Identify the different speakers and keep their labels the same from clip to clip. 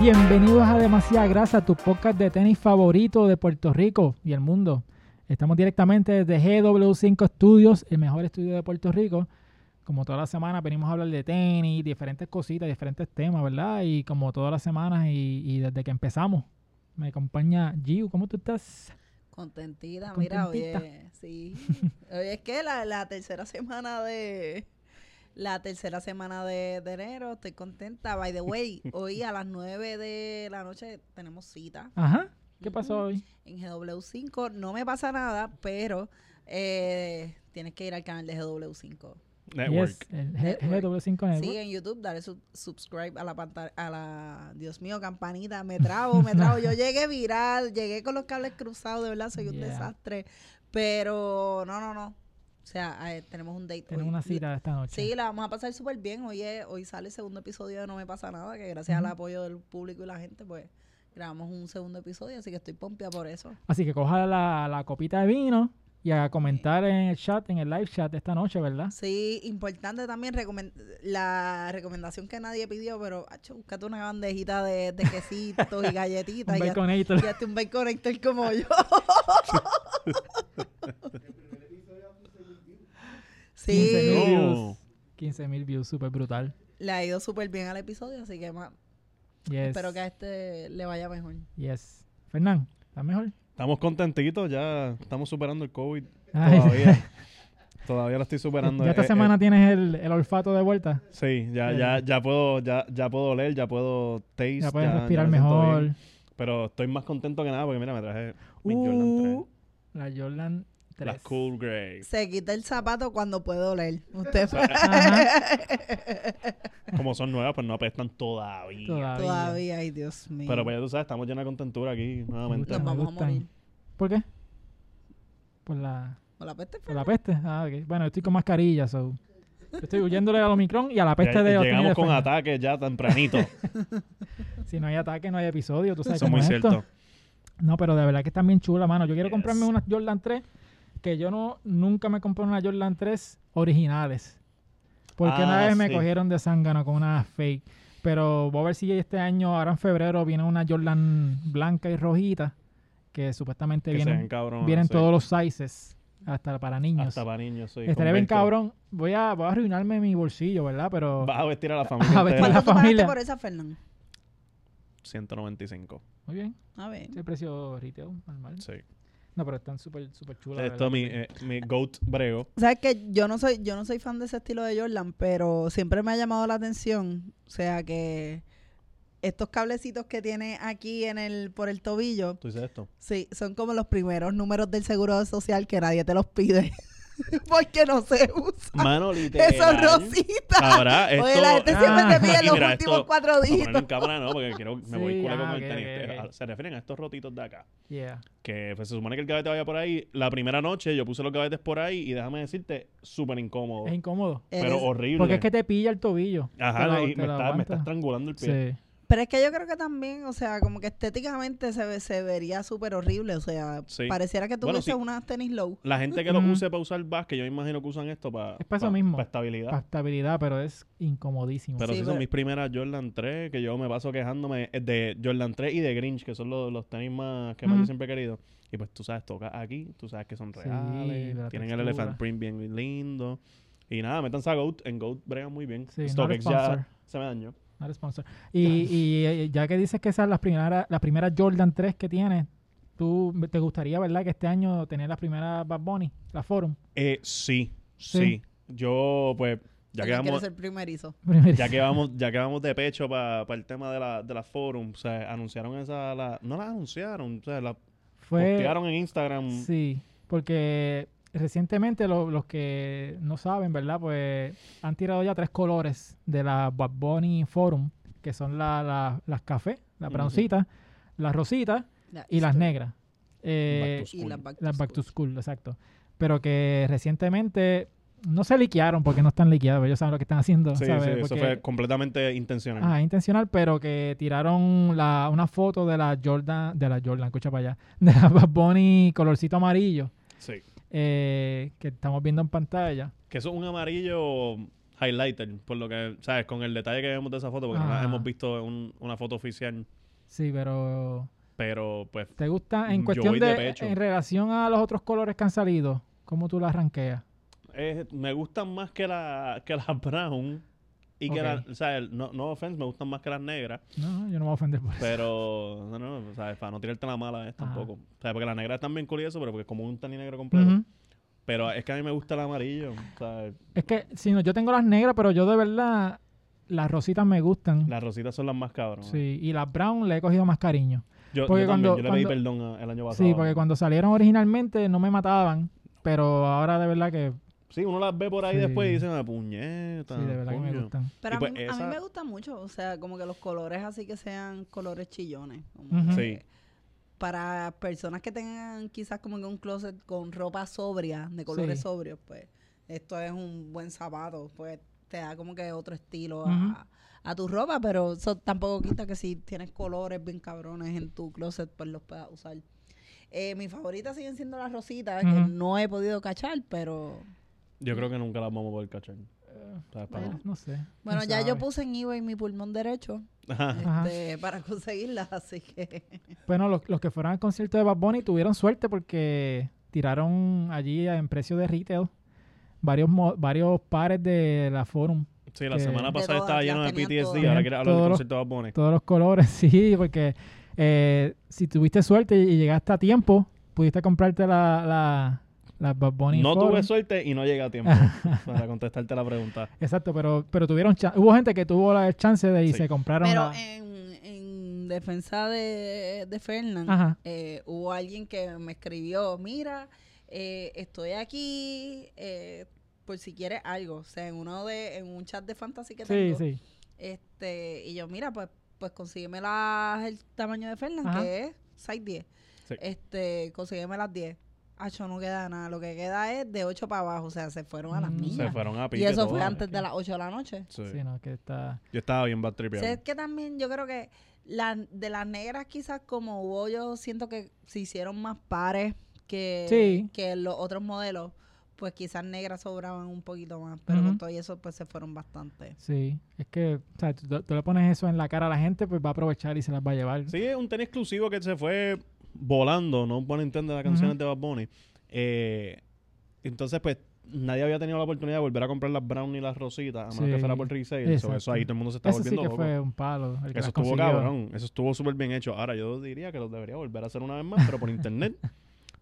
Speaker 1: Bienvenidos a Demasiada Grasa, tu podcast de tenis favorito de Puerto Rico y el mundo. Estamos directamente desde GW5 Studios, el mejor estudio de Puerto Rico. Como toda la semana venimos a hablar de tenis, diferentes cositas, diferentes temas, ¿verdad? Y como todas las semanas y, y desde que empezamos, me acompaña Giu. ¿Cómo tú estás?
Speaker 2: Contentida, mira,
Speaker 1: Contentita.
Speaker 2: oye, sí. Oye, es que la, la tercera semana de... La tercera semana de, de enero, estoy contenta. By the way, hoy a las 9 de la noche tenemos cita
Speaker 1: Ajá. ¿Qué pasó hoy?
Speaker 2: en GW5. No me pasa nada, pero eh, tienes que ir al canal de GW5.
Speaker 3: Network.
Speaker 1: Yes, el G-
Speaker 2: Network.
Speaker 1: GW5 Network.
Speaker 2: Sí, en YouTube, dale sub- subscribe a la pantalla, a la, Dios mío, campanita, me trabo, me trabo. Yo llegué viral, llegué con los cables cruzados, de verdad, soy un
Speaker 1: Yeah.
Speaker 2: desastre. Pero, no, no, no. O sea, eh, tenemos un date
Speaker 1: Tenemos
Speaker 2: hoy.
Speaker 1: una cita esta noche.
Speaker 2: Sí, la vamos a pasar súper bien. Hoy, es- hoy sale el segundo episodio de No Me Pasa Nada, que gracias al
Speaker 1: Ujú.
Speaker 2: apoyo del público y la gente, pues, grabamos un segundo episodio, así que estoy pompia por eso.
Speaker 1: Así que coja la, la copita de vino y a comentar en el chat, en el live chat de esta noche, ¿verdad?
Speaker 2: Sí, importante también recomen- la recomendación que nadie pidió, pero, acho, búscate una bandejita de, de quesitos y galletitas.
Speaker 1: Un
Speaker 2: y ya
Speaker 1: baconator.
Speaker 2: Ya te un bike connector como yo.
Speaker 1: Quince
Speaker 2: sí,
Speaker 1: mil.
Speaker 3: No.
Speaker 1: 15 mil views, súper brutal.
Speaker 2: le ha ido súper bien al episodio, así que más,
Speaker 1: Yes.
Speaker 2: espero que a este le vaya mejor.
Speaker 1: Yes. Fernán, ¿estás mejor?
Speaker 3: Estamos contentitos, ya estamos superando el COVID.
Speaker 1: Ay,
Speaker 3: Todavía. todavía lo estoy superando.
Speaker 1: ya esta
Speaker 3: Eh, eh,
Speaker 1: semana tienes el, el olfato de vuelta.
Speaker 3: sí, ya,
Speaker 1: Eh.
Speaker 3: ya, ya puedo, ya, ya puedo oler, ya puedo taste.
Speaker 1: Ya puedes
Speaker 3: ya- ya
Speaker 1: respirar
Speaker 3: me siento bien.
Speaker 1: mejor.
Speaker 3: Pero estoy más contento que nada porque mira, me traje mi Jordan
Speaker 1: Uh, la Jordan
Speaker 3: 3.
Speaker 1: 3.
Speaker 3: Las Cool Grey.
Speaker 2: Se quita el zapato cuando puede oler. Usted
Speaker 3: Como son nuevas, pues no apestan todavía.
Speaker 1: Todavía.
Speaker 2: todavía, ay Dios mío.
Speaker 3: Pero pues ya tú sabes, estamos llenos de contentura aquí nuevamente.
Speaker 2: Nos
Speaker 1: Me
Speaker 2: vamos a
Speaker 1: gustan.
Speaker 2: morir.
Speaker 1: ¿Por qué? Por la,
Speaker 2: ¿O la peste?
Speaker 1: por la peste. Ah, ok. Bueno, yo estoy con mascarilla, so. Yo estoy huyéndole al Omicron y a la peste
Speaker 3: Ya-
Speaker 1: Pues de los
Speaker 3: llegamos
Speaker 1: tenis de
Speaker 3: con
Speaker 1: Fernán.
Speaker 3: ataques ya tempranito.
Speaker 1: Si no hay ataque, no hay episodio. Tú sabes
Speaker 3: Eso es
Speaker 1: cómo
Speaker 3: muy
Speaker 1: es esto.
Speaker 3: cierto.
Speaker 1: No, pero de verdad que están bien chulas, mano. Yo quiero
Speaker 3: Yes.
Speaker 1: comprarme unas Jordan 3, que yo no nunca me compré una Jordan 3 originales. Porque una
Speaker 3: Ah,
Speaker 1: vez me
Speaker 3: sí.
Speaker 1: cogieron de zángano con una fake. Pero voy a ver si este año, ahora en febrero, viene una Jordan blanca y rojita, que supuestamente
Speaker 3: Que se ven
Speaker 1: vienen,
Speaker 3: cabrones.
Speaker 1: vienen
Speaker 3: sí.
Speaker 1: todos los sizes, hasta para niños.
Speaker 3: Hasta para niños, sí.
Speaker 1: Estaría
Speaker 3: con
Speaker 1: bien
Speaker 3: velcro.
Speaker 1: cabrón. Voy a, voy a arruinarme mi bolsillo, ¿verdad? Pero
Speaker 3: Vas a vestir a la familia.
Speaker 1: a vestir
Speaker 3: entera.
Speaker 1: la
Speaker 2: ¿Cuánto tú pagaste
Speaker 1: familia.
Speaker 2: por esa, Fernán?
Speaker 3: 195.
Speaker 1: muy bien.
Speaker 2: A ver.
Speaker 1: Este precio retail, normal.
Speaker 3: Sí.
Speaker 1: No, pero están súper, súper chulas. de
Speaker 3: Esto es
Speaker 1: verdad.
Speaker 3: mi, eh, mi goat brego.
Speaker 2: Sabes que yo no soy, yo no soy fan de ese estilo de Jordan, pero siempre me ha llamado la atención. O sea que estos cablecitos que tiene aquí en el, por el tobillo,
Speaker 3: ¿Tú dices esto?
Speaker 2: sí, son como los primeros números del seguro social que nadie te los pide. Porque no se usa.
Speaker 3: Mano, literal.
Speaker 2: Esos rositas.
Speaker 3: Ahora, esto...
Speaker 2: Oye, la gente siempre
Speaker 1: Ah.
Speaker 2: te pide
Speaker 3: Y
Speaker 2: los
Speaker 3: mira,
Speaker 2: últimos
Speaker 3: esto-
Speaker 2: cuatro
Speaker 3: Vamos a ponerlo
Speaker 2: dígitos.
Speaker 3: en cámara, no, porque quiero, me voy
Speaker 1: Sí,
Speaker 3: culo
Speaker 1: ah,
Speaker 3: con
Speaker 1: ok,
Speaker 3: el tenis.
Speaker 1: ok, ok.
Speaker 3: Se refieren a estos rotitos de acá.
Speaker 1: Yeah.
Speaker 3: Que pues, se supone que el gavete vaya por ahí. La primera noche yo puse los gavetes por ahí y déjame decirte, súper incómodo.
Speaker 1: Es incómodo.
Speaker 3: Pero
Speaker 2: Eres-
Speaker 3: horrible.
Speaker 1: Porque es que te pilla el tobillo.
Speaker 3: Ajá,
Speaker 1: Te la-
Speaker 3: y
Speaker 1: te
Speaker 3: me,
Speaker 1: la
Speaker 3: está, me está
Speaker 1: aguanta.
Speaker 3: estrangulando el pie.
Speaker 1: Sí.
Speaker 2: Pero es que yo creo que también, o sea, como que estéticamente se, ve- se vería súper horrible. O sea,
Speaker 3: Sí.
Speaker 2: pareciera que
Speaker 3: Bueno,
Speaker 2: tuvieses
Speaker 3: sí.
Speaker 2: unas tenis low.
Speaker 3: La gente que los
Speaker 1: Ujú.
Speaker 3: use para usar básquet, yo imagino que usan esto para...
Speaker 1: Es pa' eso mismo.
Speaker 3: Para estabilidad.
Speaker 1: Pa' estabilidad, pero es incomodísimo.
Speaker 2: Sí,
Speaker 3: Pero sí
Speaker 2: pero-
Speaker 3: son mis primeras Jordan 3, que yo me paso quejándome eh, de Jordan 3 y de Grinch, que son los, los tenis más que más
Speaker 1: Ujú.
Speaker 3: yo siempre he querido. Y pues tú sabes, toca aquí, tú sabes que son
Speaker 1: Sí,
Speaker 3: reales,
Speaker 1: la
Speaker 3: tienen
Speaker 1: textura.
Speaker 3: el elephant print bien lindo. Y nada, métanse a Goat, en Goat bregan muy bien.
Speaker 1: Sí, no
Speaker 3: StockX
Speaker 1: eres sponsor.
Speaker 3: ya se me dañó.
Speaker 1: No eres sponsor. Y, y, eh, ya que dices que esas son las primeras, las primeras Jordan 3 que tienes, tú te gustaría, ¿verdad? Que este año tener las primeras Bad Bunny, la Forum.
Speaker 3: Eh, sí,
Speaker 1: Sí.
Speaker 3: sí, Yo, pues, ya que
Speaker 2: Fernán quiere
Speaker 3: vamos...
Speaker 2: ser primerizo.
Speaker 1: Primero.
Speaker 3: Ya que vamos, ya que vamos de pecho para el tema de la, de la forum, o sea, anunciaron esa, la- no la anunciaron, o sea, la
Speaker 1: Fue,
Speaker 3: postearon en Instagram.
Speaker 1: sí, porque recientemente lo- los que no saben, ¿verdad? Pues han tirado ya tres colores de la Bad Bunny Forum, que son la, la- las café, la
Speaker 3: Ujú.
Speaker 1: broncita, las rositas y las negras. Eh,
Speaker 3: Back to
Speaker 2: Y las
Speaker 3: School.
Speaker 2: back to
Speaker 1: Las Back to
Speaker 2: school.
Speaker 1: School, exacto. Pero que recientemente no se liquearon porque no están liqueados, ellos saben lo que están haciendo.
Speaker 3: Sí,
Speaker 1: ¿sabes?
Speaker 3: sí, eso
Speaker 1: Porque-
Speaker 3: fue completamente intencional.
Speaker 1: Ajá, intencional, pero que tiraron la, una foto de la Jordan, de la Jordan, escucha para allá, de la Bad Bunny colorcito amarillo
Speaker 3: Sí.
Speaker 1: eh, que estamos viendo en pantalla.
Speaker 3: Que eso es un amarillo highlighter, por lo que, ¿sabes? Con el detalle que vemos de esa foto, porque no la
Speaker 1: Ah.
Speaker 3: hemos visto un- una foto oficial,
Speaker 1: Sí, pero
Speaker 3: pero pues
Speaker 1: ¿te gusta en
Speaker 3: Yo
Speaker 1: cuestión
Speaker 3: voy de
Speaker 1: de,
Speaker 3: pecho.
Speaker 1: en relación a los otros colores que han salido? ¿Cómo tú la ranqueas?
Speaker 3: es- me gustan más que la, que las brown y que
Speaker 1: Ok.
Speaker 3: las, ¿sabes? No, no offense, me gustan más que las negras,
Speaker 1: No, yo no me voy a ofender por eso.
Speaker 3: pero no, no, ¿sabes? Para no tirarte la mala es
Speaker 1: Ajá.
Speaker 3: tampoco. ¿Sabes? Porque las negras están bien cool y eso, pero porque es como un tenis negro completo.
Speaker 1: Ujú.
Speaker 3: Pero es que a mí me gusta el amarillo, ¿sabes?
Speaker 1: Es que si no, yo tengo las negras, pero yo de verdad las rositas me gustan.
Speaker 3: Las rositas son las más cabras.
Speaker 1: Sí, y las brown le he cogido más cariño.
Speaker 3: Yo,
Speaker 1: Porque
Speaker 3: yo también,
Speaker 1: cuando-
Speaker 3: yo le pedí
Speaker 1: cuando-
Speaker 3: perdón a- el año pasado.
Speaker 1: Sí, porque cuando salieron originalmente no me mataban, pero ahora de verdad que
Speaker 3: Sí, uno las ve por ahí
Speaker 1: Sí.
Speaker 3: después y dicen, ah, puñeta.
Speaker 1: sí, de verdad que me
Speaker 3: coño".
Speaker 1: gustan.
Speaker 2: Pero
Speaker 3: Y
Speaker 2: a,
Speaker 3: pues
Speaker 2: mí, a mí
Speaker 3: esa-
Speaker 2: me gusta mucho, o sea, como que los colores así que sean colores chillones. como
Speaker 1: Ujú.
Speaker 2: que
Speaker 3: Sí.
Speaker 2: Para personas que tengan quizás como que un closet con ropa sobria, de colores
Speaker 1: Sí.
Speaker 2: sobrios, pues esto es un buen zapato, pues te da como que otro estilo
Speaker 1: Ujú.
Speaker 2: a, a tu ropa, pero eso tampoco quita que si tienes colores bien cabrones en tu closet, pues los puedas usar. Eh, mis favoritas siguen siendo las rositas, que
Speaker 1: Ujú.
Speaker 2: no he podido cachar, pero...
Speaker 3: Yo creo que nunca las vamos a poder cachar. ¿Sabes? Para-
Speaker 1: Eh, Bueno, no sé. quién
Speaker 2: Bueno, ya yo
Speaker 1: sabe.
Speaker 2: puse en eBay mi pulmón derecho
Speaker 3: Ajá.
Speaker 1: Ajá.
Speaker 2: este, para conseguirlas, así que...
Speaker 1: Bueno, los, los que fueron al concierto de Bad Bunny tuvieron suerte porque tiraron allí en precio de retail varios mo- varios pares de la Forum.
Speaker 3: Sí, la
Speaker 1: Que-
Speaker 3: semana
Speaker 2: De
Speaker 3: pasada
Speaker 2: todas,
Speaker 3: estaba
Speaker 2: las
Speaker 3: lleno de
Speaker 2: tenían
Speaker 3: PTSD.
Speaker 2: todas.
Speaker 3: Ahora quieres hablar del
Speaker 1: Todos los-
Speaker 3: concierto de Bad Bunny.
Speaker 1: Todos los colores, sí, porque eh, si tuviste suerte y llegaste a tiempo, pudiste comprarte la, la, la Bad Bunny
Speaker 3: No
Speaker 1: Forum.
Speaker 3: tuve suerte y no llegué a tiempo para contestarte la pregunta.
Speaker 1: Exacto, pero, pero tuvieron chan- hubo gente que tuvo la el chance de y
Speaker 3: Sí.
Speaker 1: se compraron
Speaker 2: Pero
Speaker 1: la-
Speaker 2: en, en defensa de, de Fernan,
Speaker 1: Ajá.
Speaker 2: eh, hubo alguien que me escribió, mira, eh, estoy aquí eh, por si quieres algo. O sea, en uno de, en un chat de fantasy que
Speaker 1: Sí,
Speaker 2: tengo.
Speaker 1: sí.
Speaker 2: Este, y yo, mira, pues, pues consígueme las- el tamaño de Fernan,
Speaker 1: Ajá.
Speaker 2: que es 6'10.
Speaker 3: Sí.
Speaker 2: Este, consígueme las 10. Acho, no queda nada. Lo que queda es de 8 para abajo. O sea, se fueron a las
Speaker 1: Mm.
Speaker 2: millas.
Speaker 3: Se fueron a pique
Speaker 2: Y eso fue
Speaker 3: todas.
Speaker 2: antes de las 8 de la noche.
Speaker 3: Sí.
Speaker 1: Sí, no, que está
Speaker 3: Yo estaba bien bad
Speaker 2: O
Speaker 3: tripeado.
Speaker 2: sea, es que también yo creo que la- de las negras quizás como hubo, yo siento que se hicieron más pares que,
Speaker 1: Sí.
Speaker 2: que los otros modelos, pues quizás negras sobraban un poquito más, pero
Speaker 1: Ujú.
Speaker 2: con todo y eso pues se fueron bastante.
Speaker 1: Sí, es que o sea, tú, tú le pones eso en la cara a la gente, pues va a aprovechar y se las va a llevar.
Speaker 3: Sí, es un tenis exclusivo que se fue volando, no por entender las canciones de Bad Bunny. Eh, entonces, pues, nadie había tenido la oportunidad de volver a comprar las brown y las rositas, a menos que
Speaker 1: Sí.
Speaker 3: fuera por resale. So,
Speaker 1: Exacto.
Speaker 3: eso ahí todo el mundo se está
Speaker 1: Eso sí que
Speaker 3: volviendo loco.
Speaker 1: fue un palo. el que
Speaker 3: Eso
Speaker 1: las
Speaker 3: estuvo
Speaker 1: consiguió.
Speaker 3: cabrón, eso estuvo súper bien hecho. Ahora yo diría que los debería volver a hacer una vez más, pero por internet.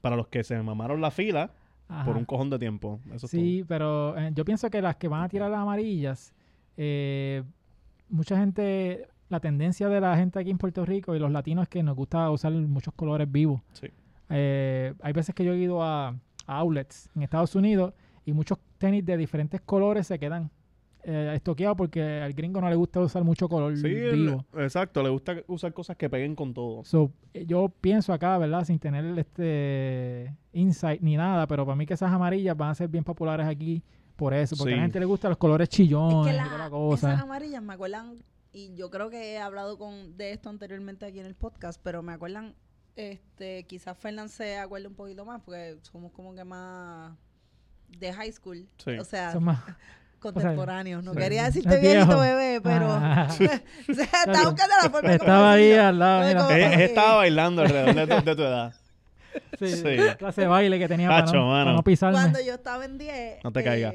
Speaker 3: Para los que se mamaron la fila
Speaker 1: Ajá.
Speaker 3: por un cojón de tiempo. Eso
Speaker 1: Sí, pero eh, yo pienso que las que van a tirar las amarillas, eh, mucha gente, la tendencia de la gente aquí en Puerto Rico y los latinos es que nos gusta usar muchos colores vivos.
Speaker 3: Sí.
Speaker 1: Eh, hay veces que yo he ido a, a outlets en Estados Unidos y muchos tenis de diferentes colores se quedan eh, estoqueados porque al gringo no le gusta usar mucho color
Speaker 3: estuvo. Sí, el-
Speaker 1: vivo.
Speaker 3: exacto, le gusta usar cosas que peguen con todo.
Speaker 1: So, eh, yo pienso acá, ¿verdad? Sin tener este insight ni nada, pero para mí que esas amarillas van a ser bien populares aquí por eso, porque a
Speaker 3: Sí.
Speaker 1: la gente le gusta los colores
Speaker 2: Es
Speaker 1: chillones
Speaker 2: que
Speaker 1: y
Speaker 2: la-
Speaker 1: toda la
Speaker 2: esas
Speaker 1: cosa.
Speaker 2: amarillas me acuerdan, y yo creo que he hablado con, de esto anteriormente aquí en el podcast, pero me acuerdan, este, quizás Fernán se acuerde un poquito más, porque somos como que más de high school,
Speaker 3: Sí.
Speaker 2: o sea,
Speaker 1: Son más-
Speaker 2: contemporáneos. No
Speaker 1: sí.
Speaker 2: quería decirte
Speaker 1: Estás
Speaker 2: viejito
Speaker 1: viejo.
Speaker 2: bebé, pero
Speaker 1: Ah.
Speaker 2: o sea, estaba buscando la forma de
Speaker 1: Estaba ahí
Speaker 2: decirlo.
Speaker 1: al lado.
Speaker 2: No,
Speaker 1: mira.
Speaker 2: como-
Speaker 3: Eh,
Speaker 2: Porque-
Speaker 3: estaba bailando alrededor de tu, de tu edad.
Speaker 1: Sí,
Speaker 3: sí.
Speaker 1: la clase de baile que tenía para
Speaker 3: Hacho,
Speaker 1: no, para
Speaker 3: mano.
Speaker 1: no pisarme.
Speaker 2: Cuando yo estaba en 10.
Speaker 3: No te
Speaker 2: eh,
Speaker 3: caigas.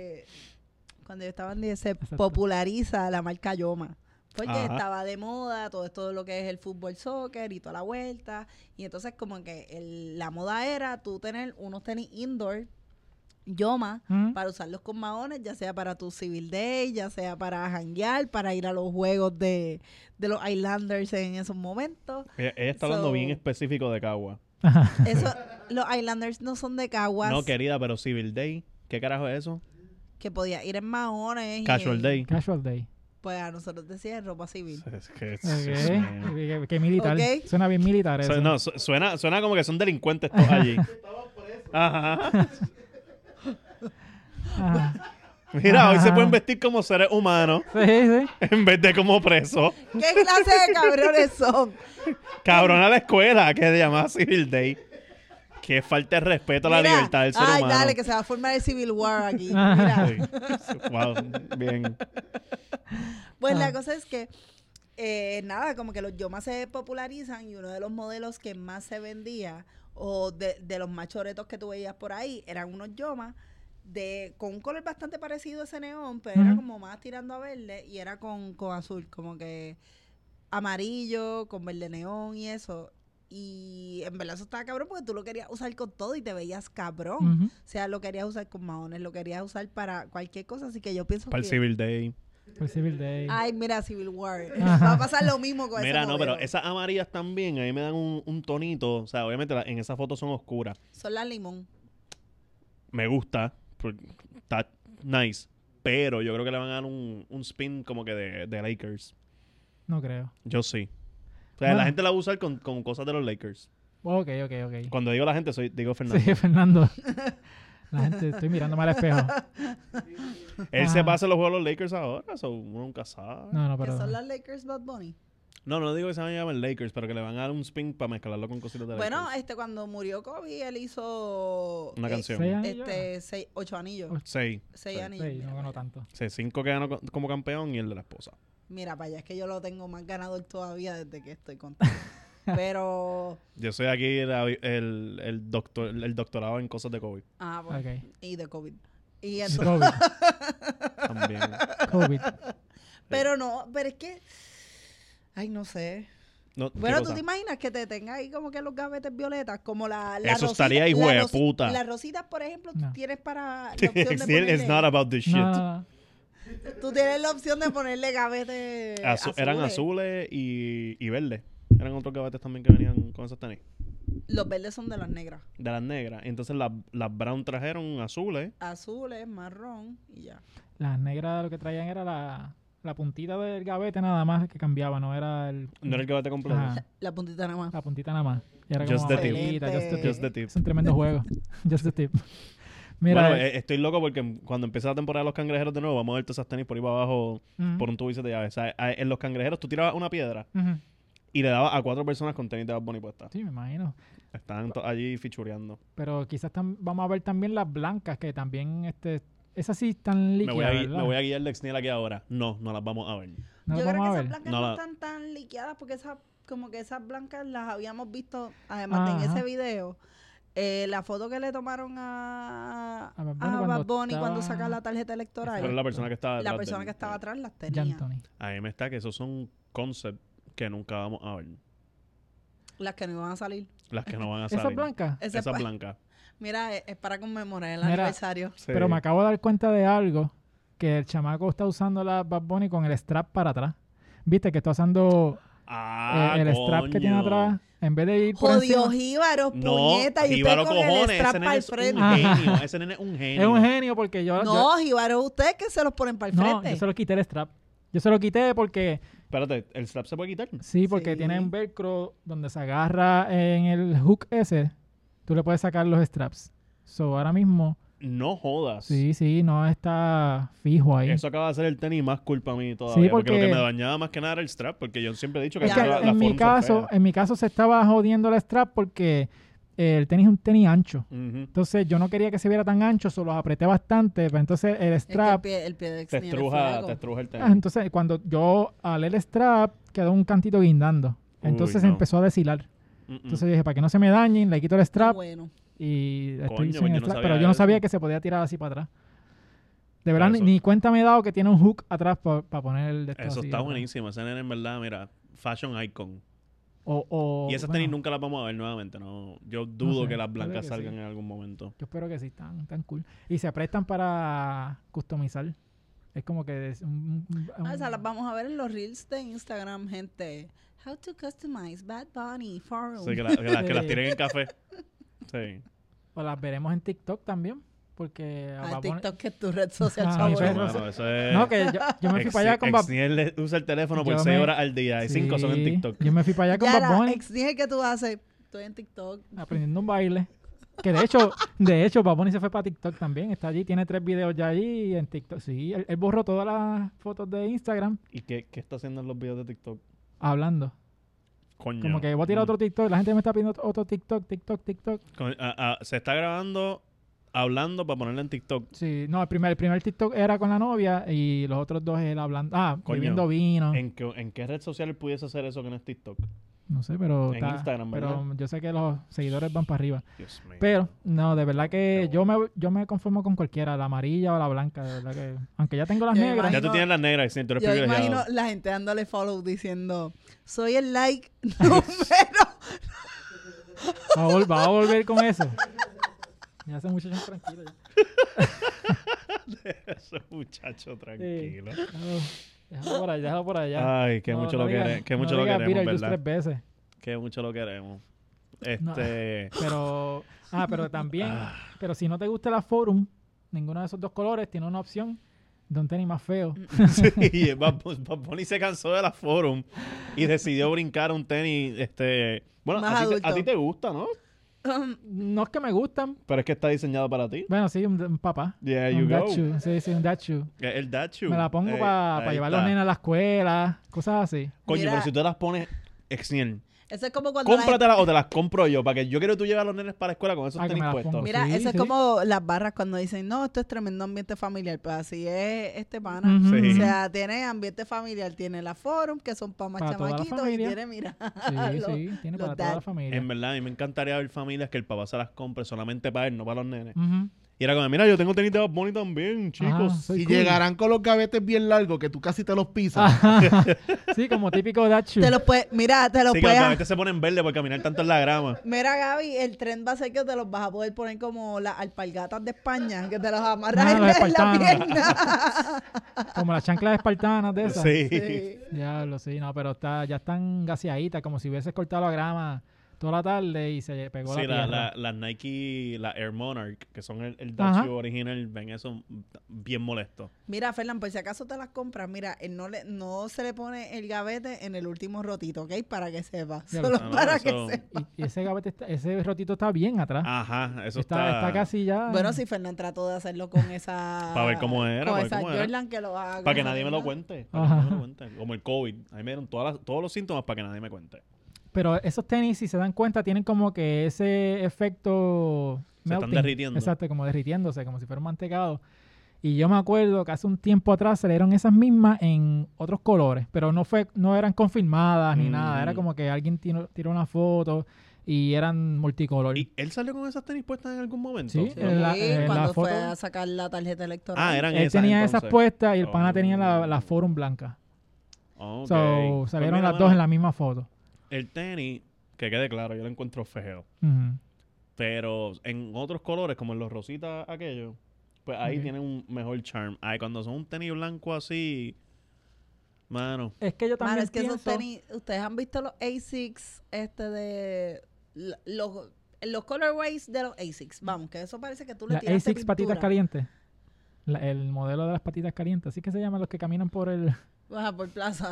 Speaker 2: Cuando yo estaba en 10 se
Speaker 1: Exacto.
Speaker 2: populariza la marca Yoma. Porque
Speaker 3: Ajá.
Speaker 2: estaba de moda todo esto de lo que es el fútbol, soccer y toda la vuelta. Y entonces como que el- la moda era tú tener unos tenis indoor, Yoma,
Speaker 1: Ujú.
Speaker 2: para usarlos con maones, ya sea para tu Civil Day, ya sea para janguear, para ir a los juegos de, de los Islanders en esos momentos.
Speaker 3: Ella, ella está hablando
Speaker 2: So-
Speaker 3: bien específico de Cagua.
Speaker 2: Eso, los Islanders no son de caguas,
Speaker 3: No, querida, pero Civil Day. ¿Qué carajo es eso?
Speaker 2: que podía ir en maones. y
Speaker 3: Casual
Speaker 2: en-
Speaker 3: Day.
Speaker 1: Casual day.
Speaker 2: Pues a nosotros decían ropa civil.
Speaker 3: Es que-
Speaker 1: Ok.
Speaker 3: Dios mío.
Speaker 1: Qué- qué militar.
Speaker 2: Ok.
Speaker 1: Suena bien militar
Speaker 3: Su-
Speaker 1: eso.
Speaker 3: no, su- suena, suena como que son delincuentes todos allí. Ajá.
Speaker 1: Ajá.
Speaker 3: Mira, hoy se pueden vestir como seres humanos
Speaker 1: Sí, sí.
Speaker 3: en vez de como presos.
Speaker 2: ¿Qué clase de cabrones son?
Speaker 3: Cabrón a la escuela, que se llama Civil Day. que falta de respeto a la
Speaker 2: Mira,
Speaker 3: libertad del ser
Speaker 2: ay,
Speaker 3: humano.
Speaker 2: dale, que se va a formar el Civil War aquí. Mira.
Speaker 3: Sí. Wow, bien.
Speaker 2: Pues
Speaker 1: Ah.
Speaker 2: la cosa es que, eh, nada, como que los yomas se popularizan y uno de los modelos que más se vendía o de, de los más choretos que tú veías por ahí eran unos yomas de, con un color bastante parecido a ese neón, pero era
Speaker 1: Ujú.
Speaker 2: como más tirando a verde y era con, con azul, como que amarillo, con verde neón y eso. Y en verdad eso estaba cabrón porque tú lo querías usar con todo y te veías cabrón.
Speaker 3: Mm.
Speaker 1: Ujú.
Speaker 2: O sea, lo querías usar con maones, lo querías usar para cualquier cosa, así que yo pienso
Speaker 3: Para el
Speaker 2: que...
Speaker 3: Civil Day.
Speaker 1: Por Civil Day.
Speaker 2: Ay, mira, Civil War.
Speaker 1: Ajá.
Speaker 2: Va a pasar lo mismo con
Speaker 3: Mira,
Speaker 2: ese
Speaker 3: no, pero
Speaker 2: modelo.
Speaker 3: esas amarillas también, a mí me dan un, un tonito. O sea, obviamente la- en esas fotos son oscuras.
Speaker 2: Son las limón.
Speaker 3: Me gusta, por- está nice. Pero yo creo que le van a dar un, un spin como que de, de Lakers.
Speaker 1: No creo.
Speaker 3: Yo sí. O sea,
Speaker 2: Ah.
Speaker 1: Bueno.
Speaker 3: la gente la va a usar con, con cosas de los Lakers.
Speaker 1: Ok, ok, ok.
Speaker 3: Cuando digo la gente, soy digo Fernando.
Speaker 1: Sí, Fernando. La gente, estoy mirando mal espejo.
Speaker 3: Él
Speaker 1: Ajá.
Speaker 3: se pasa los juegos de los Lakers ahora, so uno nunca sabe. No.
Speaker 1: No, no,
Speaker 2: Que son
Speaker 1: perdón.
Speaker 2: las Lakers Bad Bunny.
Speaker 3: no, digo que se van a llamar Lakers, pero que le van a dar un spin para mezclarlo con cositas de
Speaker 2: Bueno,
Speaker 3: Lakers.
Speaker 2: este cuando murió Kobe, él hizo
Speaker 3: Una
Speaker 2: eh,
Speaker 3: canción.
Speaker 1: ¿Seis años ya?
Speaker 2: este seis, ocho anillos.
Speaker 1: Ocho.
Speaker 3: Seis.
Speaker 2: seis
Speaker 3: seis.
Speaker 2: anillos.
Speaker 1: Sí,
Speaker 2: mira,
Speaker 1: no
Speaker 2: para
Speaker 1: ganó
Speaker 2: allá.
Speaker 1: tanto.
Speaker 3: Sí, cinco que ganó co- como campeón y el de la esposa.
Speaker 2: Mira, para allá, es que yo lo tengo más ganador todavía desde que estoy contando. Pero,
Speaker 3: Yo soy aquí la- el, el, doctor, el doctorado en cosas de COVID
Speaker 2: ah, bueno,
Speaker 1: Ok.
Speaker 2: y de COVID. Y entonces-
Speaker 1: COVID.
Speaker 3: también.
Speaker 1: COVID.
Speaker 2: pero no, pero es que, ay, no sé.
Speaker 3: No, ¿qué
Speaker 2: Bueno, ¿tú
Speaker 3: cosa?
Speaker 2: te imaginas que te tenga ahí como que los gavetes violetas? Como la, la
Speaker 3: Eso
Speaker 2: rosita-
Speaker 3: estaría hijo
Speaker 2: la
Speaker 3: de
Speaker 2: rosi-
Speaker 3: puta.
Speaker 2: Las rositas, por ejemplo,
Speaker 1: No.
Speaker 2: tú tienes para la opción de
Speaker 3: Still, It's not
Speaker 2: ponerle,
Speaker 3: about this shit.
Speaker 1: No, no, no.
Speaker 2: Tú tienes la opción de ponerle gavetes
Speaker 3: Azu- Eran
Speaker 2: azules.
Speaker 3: azules y, y verdes. Eran otros gavetes también que venían con esos tenis.
Speaker 2: Los verdes son de las negras.
Speaker 3: De las negras. Entonces las, las brown trajeron azules.
Speaker 2: Azules, marrón y ya.
Speaker 1: Las negras lo que traían era la, la puntita del gavete nada más que cambiaba, no era el...
Speaker 3: No era el gavete completo.
Speaker 1: Mm. Ajá,
Speaker 2: La puntita nada más.
Speaker 1: la puntita nada más. Y era
Speaker 3: Just
Speaker 1: como
Speaker 3: the tip.
Speaker 1: amarillita, just the tip.
Speaker 3: Just the tip.
Speaker 1: Es un tremendo juego. Just the tip. Eh, Mira,
Speaker 3: bueno, eh, estoy loco porque cuando empiece la temporada de los cangrejeros de nuevo, vamos a ver todas esas tenis por ahí para abajo
Speaker 1: ujú,
Speaker 3: por un tubo y se te llave. O sea, a- en los cangrejeros tú tirabas una piedra
Speaker 1: ujú.
Speaker 3: y le dabas a cuatro personas con tenis de Bad Bunny puestas.
Speaker 1: Sí, me imagino.
Speaker 3: Estaban to- allí fichureando.
Speaker 1: Pero quizás tam- vamos a ver también las blancas que también... este Esas sí están
Speaker 3: Me
Speaker 1: líquidas,
Speaker 3: voy, a, gui-
Speaker 1: ¿verdad?
Speaker 3: me voy a guiar de Xniel aquí ahora. No, no las vamos a ver.
Speaker 1: No
Speaker 2: Yo
Speaker 1: las
Speaker 2: creo
Speaker 1: vamos
Speaker 2: que
Speaker 1: a
Speaker 2: esas
Speaker 1: ver.
Speaker 2: blancas
Speaker 3: No
Speaker 2: no,
Speaker 3: la-
Speaker 2: están tan liqueadas porque esas, como que esas blancas las habíamos visto, además de en
Speaker 1: Ajá.
Speaker 2: ese video. eh, la foto que le tomaron a,
Speaker 1: A
Speaker 2: a
Speaker 1: Bad
Speaker 2: Bad
Speaker 1: Bunny
Speaker 2: Bunny,
Speaker 1: cuando
Speaker 2: cuando,
Speaker 1: estaba-
Speaker 2: saca la tarjeta electoral.
Speaker 3: Pero la persona que estaba
Speaker 2: la
Speaker 3: detrás
Speaker 2: persona
Speaker 3: del-
Speaker 2: que estaba atrás las tenía.
Speaker 1: Jantoni.
Speaker 3: A mí me está que esos son concepts que nunca vamos a ver.
Speaker 2: Las que no iban a salir.
Speaker 3: Las que no van a salir.
Speaker 1: Esas blancas.
Speaker 2: Esa
Speaker 3: Esas
Speaker 2: pa-
Speaker 3: blancas.
Speaker 2: Mira, es, es para conmemorar el
Speaker 1: Mira.
Speaker 2: aniversario.
Speaker 3: Sí.
Speaker 1: Pero me acabo de dar cuenta de algo, que el chamaco está usando la Bad Bunny con el strap para atrás. Viste que está usando eh,
Speaker 3: Ah,
Speaker 1: el, el strap que tiene
Speaker 3: coño.
Speaker 1: atrás, en vez de ir por
Speaker 2: Jodido
Speaker 1: encima,
Speaker 2: jíbaro,
Speaker 3: No,
Speaker 2: puñeta, y usted
Speaker 3: jíbaro
Speaker 2: con el
Speaker 3: cojones.
Speaker 2: strap para
Speaker 3: Ese nene
Speaker 2: el
Speaker 3: es un
Speaker 2: frente.
Speaker 1: Ah.
Speaker 3: genio. Ese nene es un genio.
Speaker 1: es un genio porque yo Ah, yo-
Speaker 2: No, jíbaro, ustedes que se los ponen para el
Speaker 1: no, yo
Speaker 2: frente.
Speaker 1: se lo quité el strap. Yo se lo quité porque
Speaker 3: Espérate, ¿el strap se puede quitar?
Speaker 1: sí, porque
Speaker 2: Sí.
Speaker 1: tiene un velcro donde se agarra en el hook ese, tú le puedes sacar los straps. So ahora mismo,
Speaker 3: No jodas.
Speaker 1: sí, sí, no está fijo ahí.
Speaker 3: Eso acaba de ser el tenis más culpa a mí todavía.
Speaker 1: Sí,
Speaker 3: porque...
Speaker 1: porque-
Speaker 3: lo que me dañaba más que nada era el strap, porque yo siempre he dicho que,
Speaker 1: Es
Speaker 2: Ya,
Speaker 1: que
Speaker 3: la- la
Speaker 1: en mi
Speaker 3: forma
Speaker 1: caso,
Speaker 3: fea.
Speaker 1: en mi caso se estaba jodiendo el strap porque eh, el tenis es un tenis ancho.
Speaker 3: Ujú.
Speaker 1: Entonces yo no quería que se viera tan ancho, solo los apreté bastante. pero Entonces el
Speaker 2: Es que el
Speaker 1: strap,
Speaker 2: pie, el pie de
Speaker 3: Te
Speaker 2: Xniel es
Speaker 3: estruja,
Speaker 2: flaco.
Speaker 3: te estruja el tenis.
Speaker 1: ah, entonces cuando yo alé el strap, quedó un cantito guindando.
Speaker 3: Uy,
Speaker 1: Entonces se
Speaker 3: no.
Speaker 1: empezó a deshilar.
Speaker 3: Mm, mm.
Speaker 1: Entonces yo dije, para que no se me dañen, le quito el
Speaker 2: Está
Speaker 1: strap Ah,
Speaker 2: bueno.
Speaker 1: y estoy
Speaker 3: Coño,
Speaker 1: sin el
Speaker 3: pues, yo no
Speaker 1: strap,
Speaker 3: sabía
Speaker 1: Pero yo no
Speaker 3: eso.
Speaker 1: sabía que se podía tirar así para atrás. De verdad,
Speaker 3: Ah,
Speaker 1: ni,
Speaker 3: eso-
Speaker 1: ni cuenta me he dado que tiene un hook atrás para poner el de esto
Speaker 3: Eso
Speaker 1: así
Speaker 3: está
Speaker 1: atrás.
Speaker 3: buenísimo. Ese nene en verdad, mira, fashion icon.
Speaker 1: O, o,
Speaker 3: y esas
Speaker 1: Oh, bueno,
Speaker 3: tenis nunca las vamos a ver nuevamente. No, yo dudo
Speaker 1: sé,
Speaker 3: que las
Speaker 1: puede
Speaker 3: blancas
Speaker 1: que
Speaker 3: salgan
Speaker 1: sí.
Speaker 3: en algún momento.
Speaker 1: Yo espero que sí, están tan cool. Y se prestan para customizar. Es como que es un, un- un-
Speaker 2: Ah, esas las vamos a ver en los reels de Instagram, gente. How to customize Bad Bunny Forum.
Speaker 3: Sí, que, la- que las- que las
Speaker 1: Sí.
Speaker 3: tiren en café. Sí.
Speaker 1: o las veremos en TikTok también. Porque a
Speaker 2: Ah,
Speaker 1: Bad Bunny-
Speaker 2: TikTok que es tu red social
Speaker 1: Ah, mi
Speaker 3: Chacho,
Speaker 1: red
Speaker 2: favorita.
Speaker 1: bueno.
Speaker 3: mano, eso es-
Speaker 1: No, que yo, yo me fui
Speaker 3: Ex-
Speaker 1: para allá con Bad
Speaker 3: Exniel le usa el teléfono por
Speaker 1: Yo
Speaker 3: 6
Speaker 1: me-
Speaker 3: horas al día y 5 son en
Speaker 1: Sí,
Speaker 3: TikTok.
Speaker 1: Yo me fui para allá con
Speaker 2: Ya
Speaker 1: Bad
Speaker 2: la
Speaker 1: Bunny
Speaker 2: ex dije que tú haces. Estoy en TikTok.
Speaker 1: aprendiendo un baile. Que de hecho, de hecho, Bad Bunny se fue para TikTok también. Está allí, tiene tres videos ya allí en TikTok. Sí, él, él borró todas las fotos de Instagram
Speaker 3: ¿Y qué, qué está haciendo en los videos de TikTok?
Speaker 1: hablando.
Speaker 3: Coño.
Speaker 1: Como que voy a tirar otro TikTok, la gente me está pidiendo otro TikTok, TikTok, TikTok.
Speaker 3: Coño, ah, ah, se está grabando hablando para ponerla en TikTok.
Speaker 1: Sí, no, el primer, el primer TikTok era con la novia y los otros dos él hablando, ah,
Speaker 3: Coño.
Speaker 1: bebiendo vino.
Speaker 3: ¿En qué, ¿En qué red social pudiese hacer eso que no es TikTok?
Speaker 1: no sé, pero
Speaker 3: en Instagram,
Speaker 1: pero
Speaker 3: ¿verdad?
Speaker 1: yo sé que los seguidores van para arriba.
Speaker 3: Dios mío.
Speaker 1: Pero no, de verdad que
Speaker 3: Qué
Speaker 1: yo me yo me conformo con cualquiera, la amarilla o la blanca, de verdad que aunque ya tengo las
Speaker 2: Yo
Speaker 1: negras.
Speaker 3: ya
Speaker 2: imagino-
Speaker 3: tú tienes las negras, sí, tú eres
Speaker 2: Yo
Speaker 3: privilegiado.
Speaker 2: imagino la gente dándole follow diciendo, soy el like número.
Speaker 1: Va a, vol- va a volver con eso. Ya ese muchacho es tranquilo. ya.
Speaker 3: Eso, muchacho, tranquilo.
Speaker 1: No, déjalo por allá, déjalo por allá.
Speaker 3: Ay, que
Speaker 1: No,
Speaker 3: Ah, mucho
Speaker 1: no
Speaker 3: lo
Speaker 1: digas-
Speaker 3: queremos, que
Speaker 1: no
Speaker 3: mucho lo
Speaker 1: digas
Speaker 3: queremos,
Speaker 1: Beetlejuice
Speaker 3: ¿verdad?
Speaker 1: tres veces.
Speaker 3: Que mucho lo queremos.
Speaker 1: No.
Speaker 3: Este,
Speaker 1: Pero, ah, pero también,
Speaker 3: Ah.
Speaker 1: pero si no te gusta la Forum, ninguno de esos dos colores tiene una opción de un tenis más feo.
Speaker 3: sí, Bad Bu- Bad Bunny se cansó de la forum y decidió brincar a un tenis, este, bueno,
Speaker 2: Más
Speaker 3: a ti, te, a
Speaker 2: adulto.
Speaker 3: ti te gusta, ¿no?
Speaker 2: Um, Mm.
Speaker 1: No es que me gustan.
Speaker 3: Pero es que está diseñado para ti.
Speaker 1: Bueno, sí, un, un papá.
Speaker 3: Yeah, you
Speaker 1: Un
Speaker 3: go.
Speaker 1: dachu. Sí, sí, un dachu.
Speaker 3: Eh, El that shoe.
Speaker 1: Me la pongo
Speaker 3: Eh,
Speaker 1: para
Speaker 3: ahí
Speaker 1: llevar a
Speaker 3: está.
Speaker 1: los nenes a la escuela, cosas así.
Speaker 3: Coño, pero
Speaker 2: Mira.
Speaker 3: si tú te las pones Exniel,
Speaker 2: Eso es como cuando la gente-
Speaker 3: cómpratelas o te las compro yo, para que yo quiero que tú lleves a los nenes para la escuela con esos
Speaker 1: Ah, que
Speaker 3: tenis
Speaker 1: me las
Speaker 3: puestos.
Speaker 1: pongo.
Speaker 2: Mira,
Speaker 1: Sí,
Speaker 2: eso
Speaker 1: sí.
Speaker 2: es como las barras cuando dicen, no, esto es tremendo ambiente familiar. Pues así es este pana.
Speaker 1: Ujú.
Speaker 3: Sí.
Speaker 2: O sea, tiene ambiente familiar, tiene la forum, que son para más
Speaker 1: Para toda la
Speaker 2: chamaquitos, y
Speaker 1: familia.
Speaker 2: tiene, mira,
Speaker 1: Sí,
Speaker 2: los-
Speaker 1: sí, tiene
Speaker 2: los
Speaker 1: para toda
Speaker 2: dad.
Speaker 1: la familia.
Speaker 3: En verdad, a mí me encantaría ver familias que el papá se las compre solamente para él, no para los nenes.
Speaker 1: Ujú.
Speaker 3: Y era como, mira, yo tengo tenis de Bad Bunny también, chicos.
Speaker 1: Ajá, soy
Speaker 4: Y
Speaker 1: cool. Ah.
Speaker 4: llegarán con los gavetes bien largos que tú casi te los pisas.
Speaker 1: Ajá. sí, como típico dachu.
Speaker 2: Te los puedes, mira, te los
Speaker 3: Sí, este que
Speaker 2: puedes.
Speaker 3: a veces se ponen verde por caminar tanto en la grama.
Speaker 2: Mira, Gaby, el tren va a ser que te los vas a poder poner como las alpargatas de España, que te los amarras
Speaker 1: Ah,
Speaker 2: en,
Speaker 1: las
Speaker 2: la- en la
Speaker 1: espartanas.
Speaker 2: pierna.
Speaker 1: Como las chanclas espartanas de esas.
Speaker 3: Sí.
Speaker 2: Sí.
Speaker 1: Diablo, sí, no, pero está, ya están gaseaditas, como si hubieses cortado la grama toda la tarde y se pegó
Speaker 3: Sí,
Speaker 1: la tierra.
Speaker 3: la- la- las Nike, las Air Monarch, que son el, el
Speaker 1: Ajá.
Speaker 3: Dutch original, ven eso bien molesto.
Speaker 2: Mira, Fernán, por si acaso te las compras, mira, él no, le, no se le pone el gavete en el último rotito, ¿ok? Para que sepa.
Speaker 1: Ya lo
Speaker 2: Solo
Speaker 3: Ah, no,
Speaker 2: para
Speaker 3: eso-
Speaker 2: que sepa.
Speaker 1: Y, y ese gavete está- ese rotito está bien atrás.
Speaker 3: Ajá, Ah, eso
Speaker 1: está,
Speaker 3: está...
Speaker 1: está casi ya.
Speaker 2: Bueno, si Fernán trató de hacerlo con esa.
Speaker 3: Pa' ver cómo era,
Speaker 2: Con
Speaker 3: pa' ver
Speaker 2: esa
Speaker 3: cómo era.
Speaker 2: Jordan que lo haga.
Speaker 3: Para que nadie me lo cuente. para que
Speaker 1: Ajá.
Speaker 3: nadie me lo cuente. Como el COVID. A mí me dieron todas las- todos los síntomas para que nadie me cuente.
Speaker 1: Pero esos tenis, si se dan cuenta, tienen como que ese efecto.
Speaker 3: Se están derritiendo.
Speaker 1: Exacto, como derritiéndose, como si fuera un mantecado. Y yo me acuerdo que hace un tiempo atrás se le dieron esas mismas en otros colores, pero no fue no eran confirmadas ni
Speaker 3: Mm.
Speaker 1: nada. Era como que alguien tiró, tiró una foto y eran multicolor.
Speaker 3: ¿Y él salió con esas tenis puestas en algún momento?
Speaker 1: Sí, eh,
Speaker 2: Sí,
Speaker 3: No,
Speaker 1: en la- en la
Speaker 2: cuando fue
Speaker 1: foto-
Speaker 2: a sacar la tarjeta electoral.
Speaker 3: Ah, eran
Speaker 1: Él
Speaker 3: esas,
Speaker 1: tenía
Speaker 3: entonces.
Speaker 1: esas puestas y el pana tenía la,
Speaker 3: Oh.
Speaker 1: la Forum blanca.
Speaker 3: Ok.
Speaker 1: So,
Speaker 3: Pues
Speaker 1: salieron
Speaker 3: mira,
Speaker 1: las dos en
Speaker 3: mano,
Speaker 1: la misma foto.
Speaker 3: El tenis, que quede claro, yo lo encuentro feo.
Speaker 1: Ujú.
Speaker 3: Pero en otros colores, como en los rositas aquellos, pues ahí
Speaker 1: Ok.
Speaker 3: tienen un mejor charm. Ay, cuando son un tenis blanco así, mano,
Speaker 1: Es que yo
Speaker 2: Mano,
Speaker 1: también
Speaker 2: es que esos
Speaker 1: pienso-
Speaker 2: tenis. Ustedes han visto los ASICs, este de. la- Los, los colorways de los ASICs. Vamos, que eso parece que tú le
Speaker 1: La
Speaker 2: tienes.
Speaker 1: ASICS patitas calientes. La- el modelo de las patitas calientes. Así que se llaman los que caminan por el...
Speaker 2: Baja por plaza.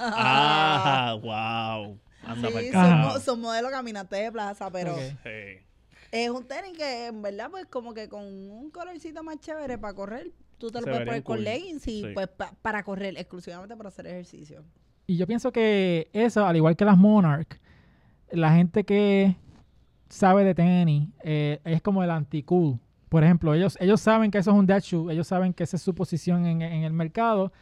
Speaker 3: ¡Ah! ¡Wow! Anda pa'l
Speaker 2: Sí, son,
Speaker 3: carajo.
Speaker 2: mo- son modelos caminantes de plaza, pero
Speaker 1: Ok.
Speaker 3: Sí.
Speaker 2: es un tenis que en verdad pues como que con un colorcito más chévere para correr, tú te lo
Speaker 3: Se
Speaker 2: puedes
Speaker 3: verían
Speaker 2: poner con
Speaker 3: cool.
Speaker 2: leggings y
Speaker 3: Sí.
Speaker 2: pues pa- para correr, exclusivamente para hacer ejercicio.
Speaker 1: Y yo pienso que eso, al igual que las Monarch, la gente que sabe de tenis eh, es como el anti-cool. Por ejemplo, ellos, ellos saben que eso es un dead shoe, ellos saben que esa es su posición en, en el mercado,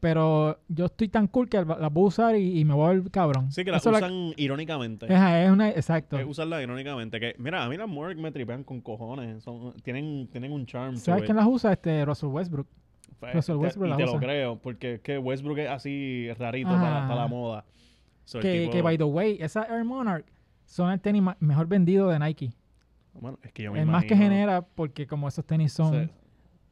Speaker 1: pero yo estoy tan cool que la voy a usar y, y me voy a ver cabrón.
Speaker 3: Sí, que las
Speaker 1: Eso la-
Speaker 3: usan irónicamente.
Speaker 1: Ajá, es una, exacto.
Speaker 3: Es usarla irónicamente. Que, mira, a mí las Morg me tripean con cojones. Son, tienen, tienen un charm. to
Speaker 1: ¿Sabes
Speaker 3: it.
Speaker 1: quién las usa? Este Russell Westbrook.
Speaker 3: Pues,
Speaker 1: Russell
Speaker 3: te-
Speaker 1: Westbrook
Speaker 3: y
Speaker 1: las
Speaker 3: te
Speaker 1: usa.
Speaker 3: lo creo, porque es que Westbrook es así rarito
Speaker 1: Ajá.
Speaker 3: para, para la moda. So, el
Speaker 1: Ah. Que,
Speaker 3: tipo-
Speaker 1: que, by the way, esas Air Monarch son el tenis ma- mejor vendido de Nike.
Speaker 3: Bueno, es que yo me
Speaker 1: El más que
Speaker 3: imagino.
Speaker 1: genera, porque como esos tenis
Speaker 3: O
Speaker 1: son
Speaker 3: sea,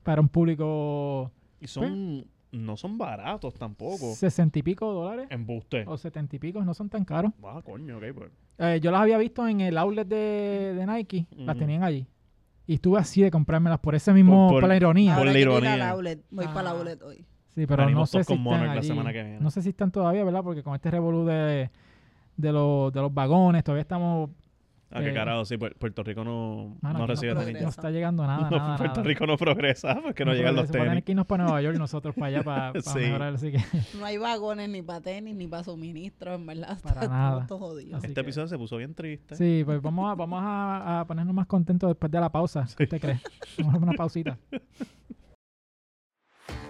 Speaker 1: para un público
Speaker 3: y son, no son baratos tampoco.
Speaker 1: sesenta y pico dólares
Speaker 3: En buste.
Speaker 1: o setenta y pico, no son tan caros.
Speaker 3: Ah, coño, ok, pues.
Speaker 1: Eh, yo las había visto en el outlet de, de Nike, las
Speaker 3: Ujú.
Speaker 1: tenían allí. Y estuve así de comprármelas por ese mismo, por,
Speaker 3: Por- por-
Speaker 1: la ironía.
Speaker 3: por-
Speaker 2: Ahora
Speaker 3: la
Speaker 2: hay que ir a
Speaker 3: ironía.
Speaker 2: outlet, voy para la
Speaker 1: Ah.
Speaker 2: outlet hoy.
Speaker 1: sí, pero no
Speaker 3: Venimos
Speaker 1: sé
Speaker 3: todos
Speaker 1: si
Speaker 3: con
Speaker 1: están
Speaker 3: Monarch la
Speaker 1: allí.
Speaker 3: semana que viene.
Speaker 1: No sé si están todavía, ¿verdad? Porque con este revolú de, de, los, de los vagones todavía estamos
Speaker 3: Ah, qué
Speaker 1: Eh,
Speaker 3: carajo, sí, Pu- Puerto Rico no,
Speaker 1: Mano,
Speaker 3: no
Speaker 1: aquí
Speaker 3: recibe
Speaker 1: no,
Speaker 3: tenis.
Speaker 1: no
Speaker 2: progresa.
Speaker 1: está llegando nada,
Speaker 3: No,
Speaker 1: nada,
Speaker 3: Puerto
Speaker 1: nada.
Speaker 3: Rico no progresa porque no,
Speaker 1: No,
Speaker 3: llegan
Speaker 1: pero
Speaker 3: los
Speaker 1: se va a tener
Speaker 3: tenis.
Speaker 1: que irnos para Nueva York nosotros para allá para, para
Speaker 3: Sí.
Speaker 1: mejorar, así que
Speaker 2: No hay vagones ni para tenis, ni para suministros, en verdad.
Speaker 1: Para
Speaker 2: está-
Speaker 1: nada.
Speaker 2: estamos todos jodidos.
Speaker 1: Así
Speaker 3: Este
Speaker 1: que-
Speaker 3: episodio se puso bien triste.
Speaker 1: sí, pues vamos a, vamos a, a ponernos más contentos después de la pausa. ¿Qué usted cree? Vamos a una pausita.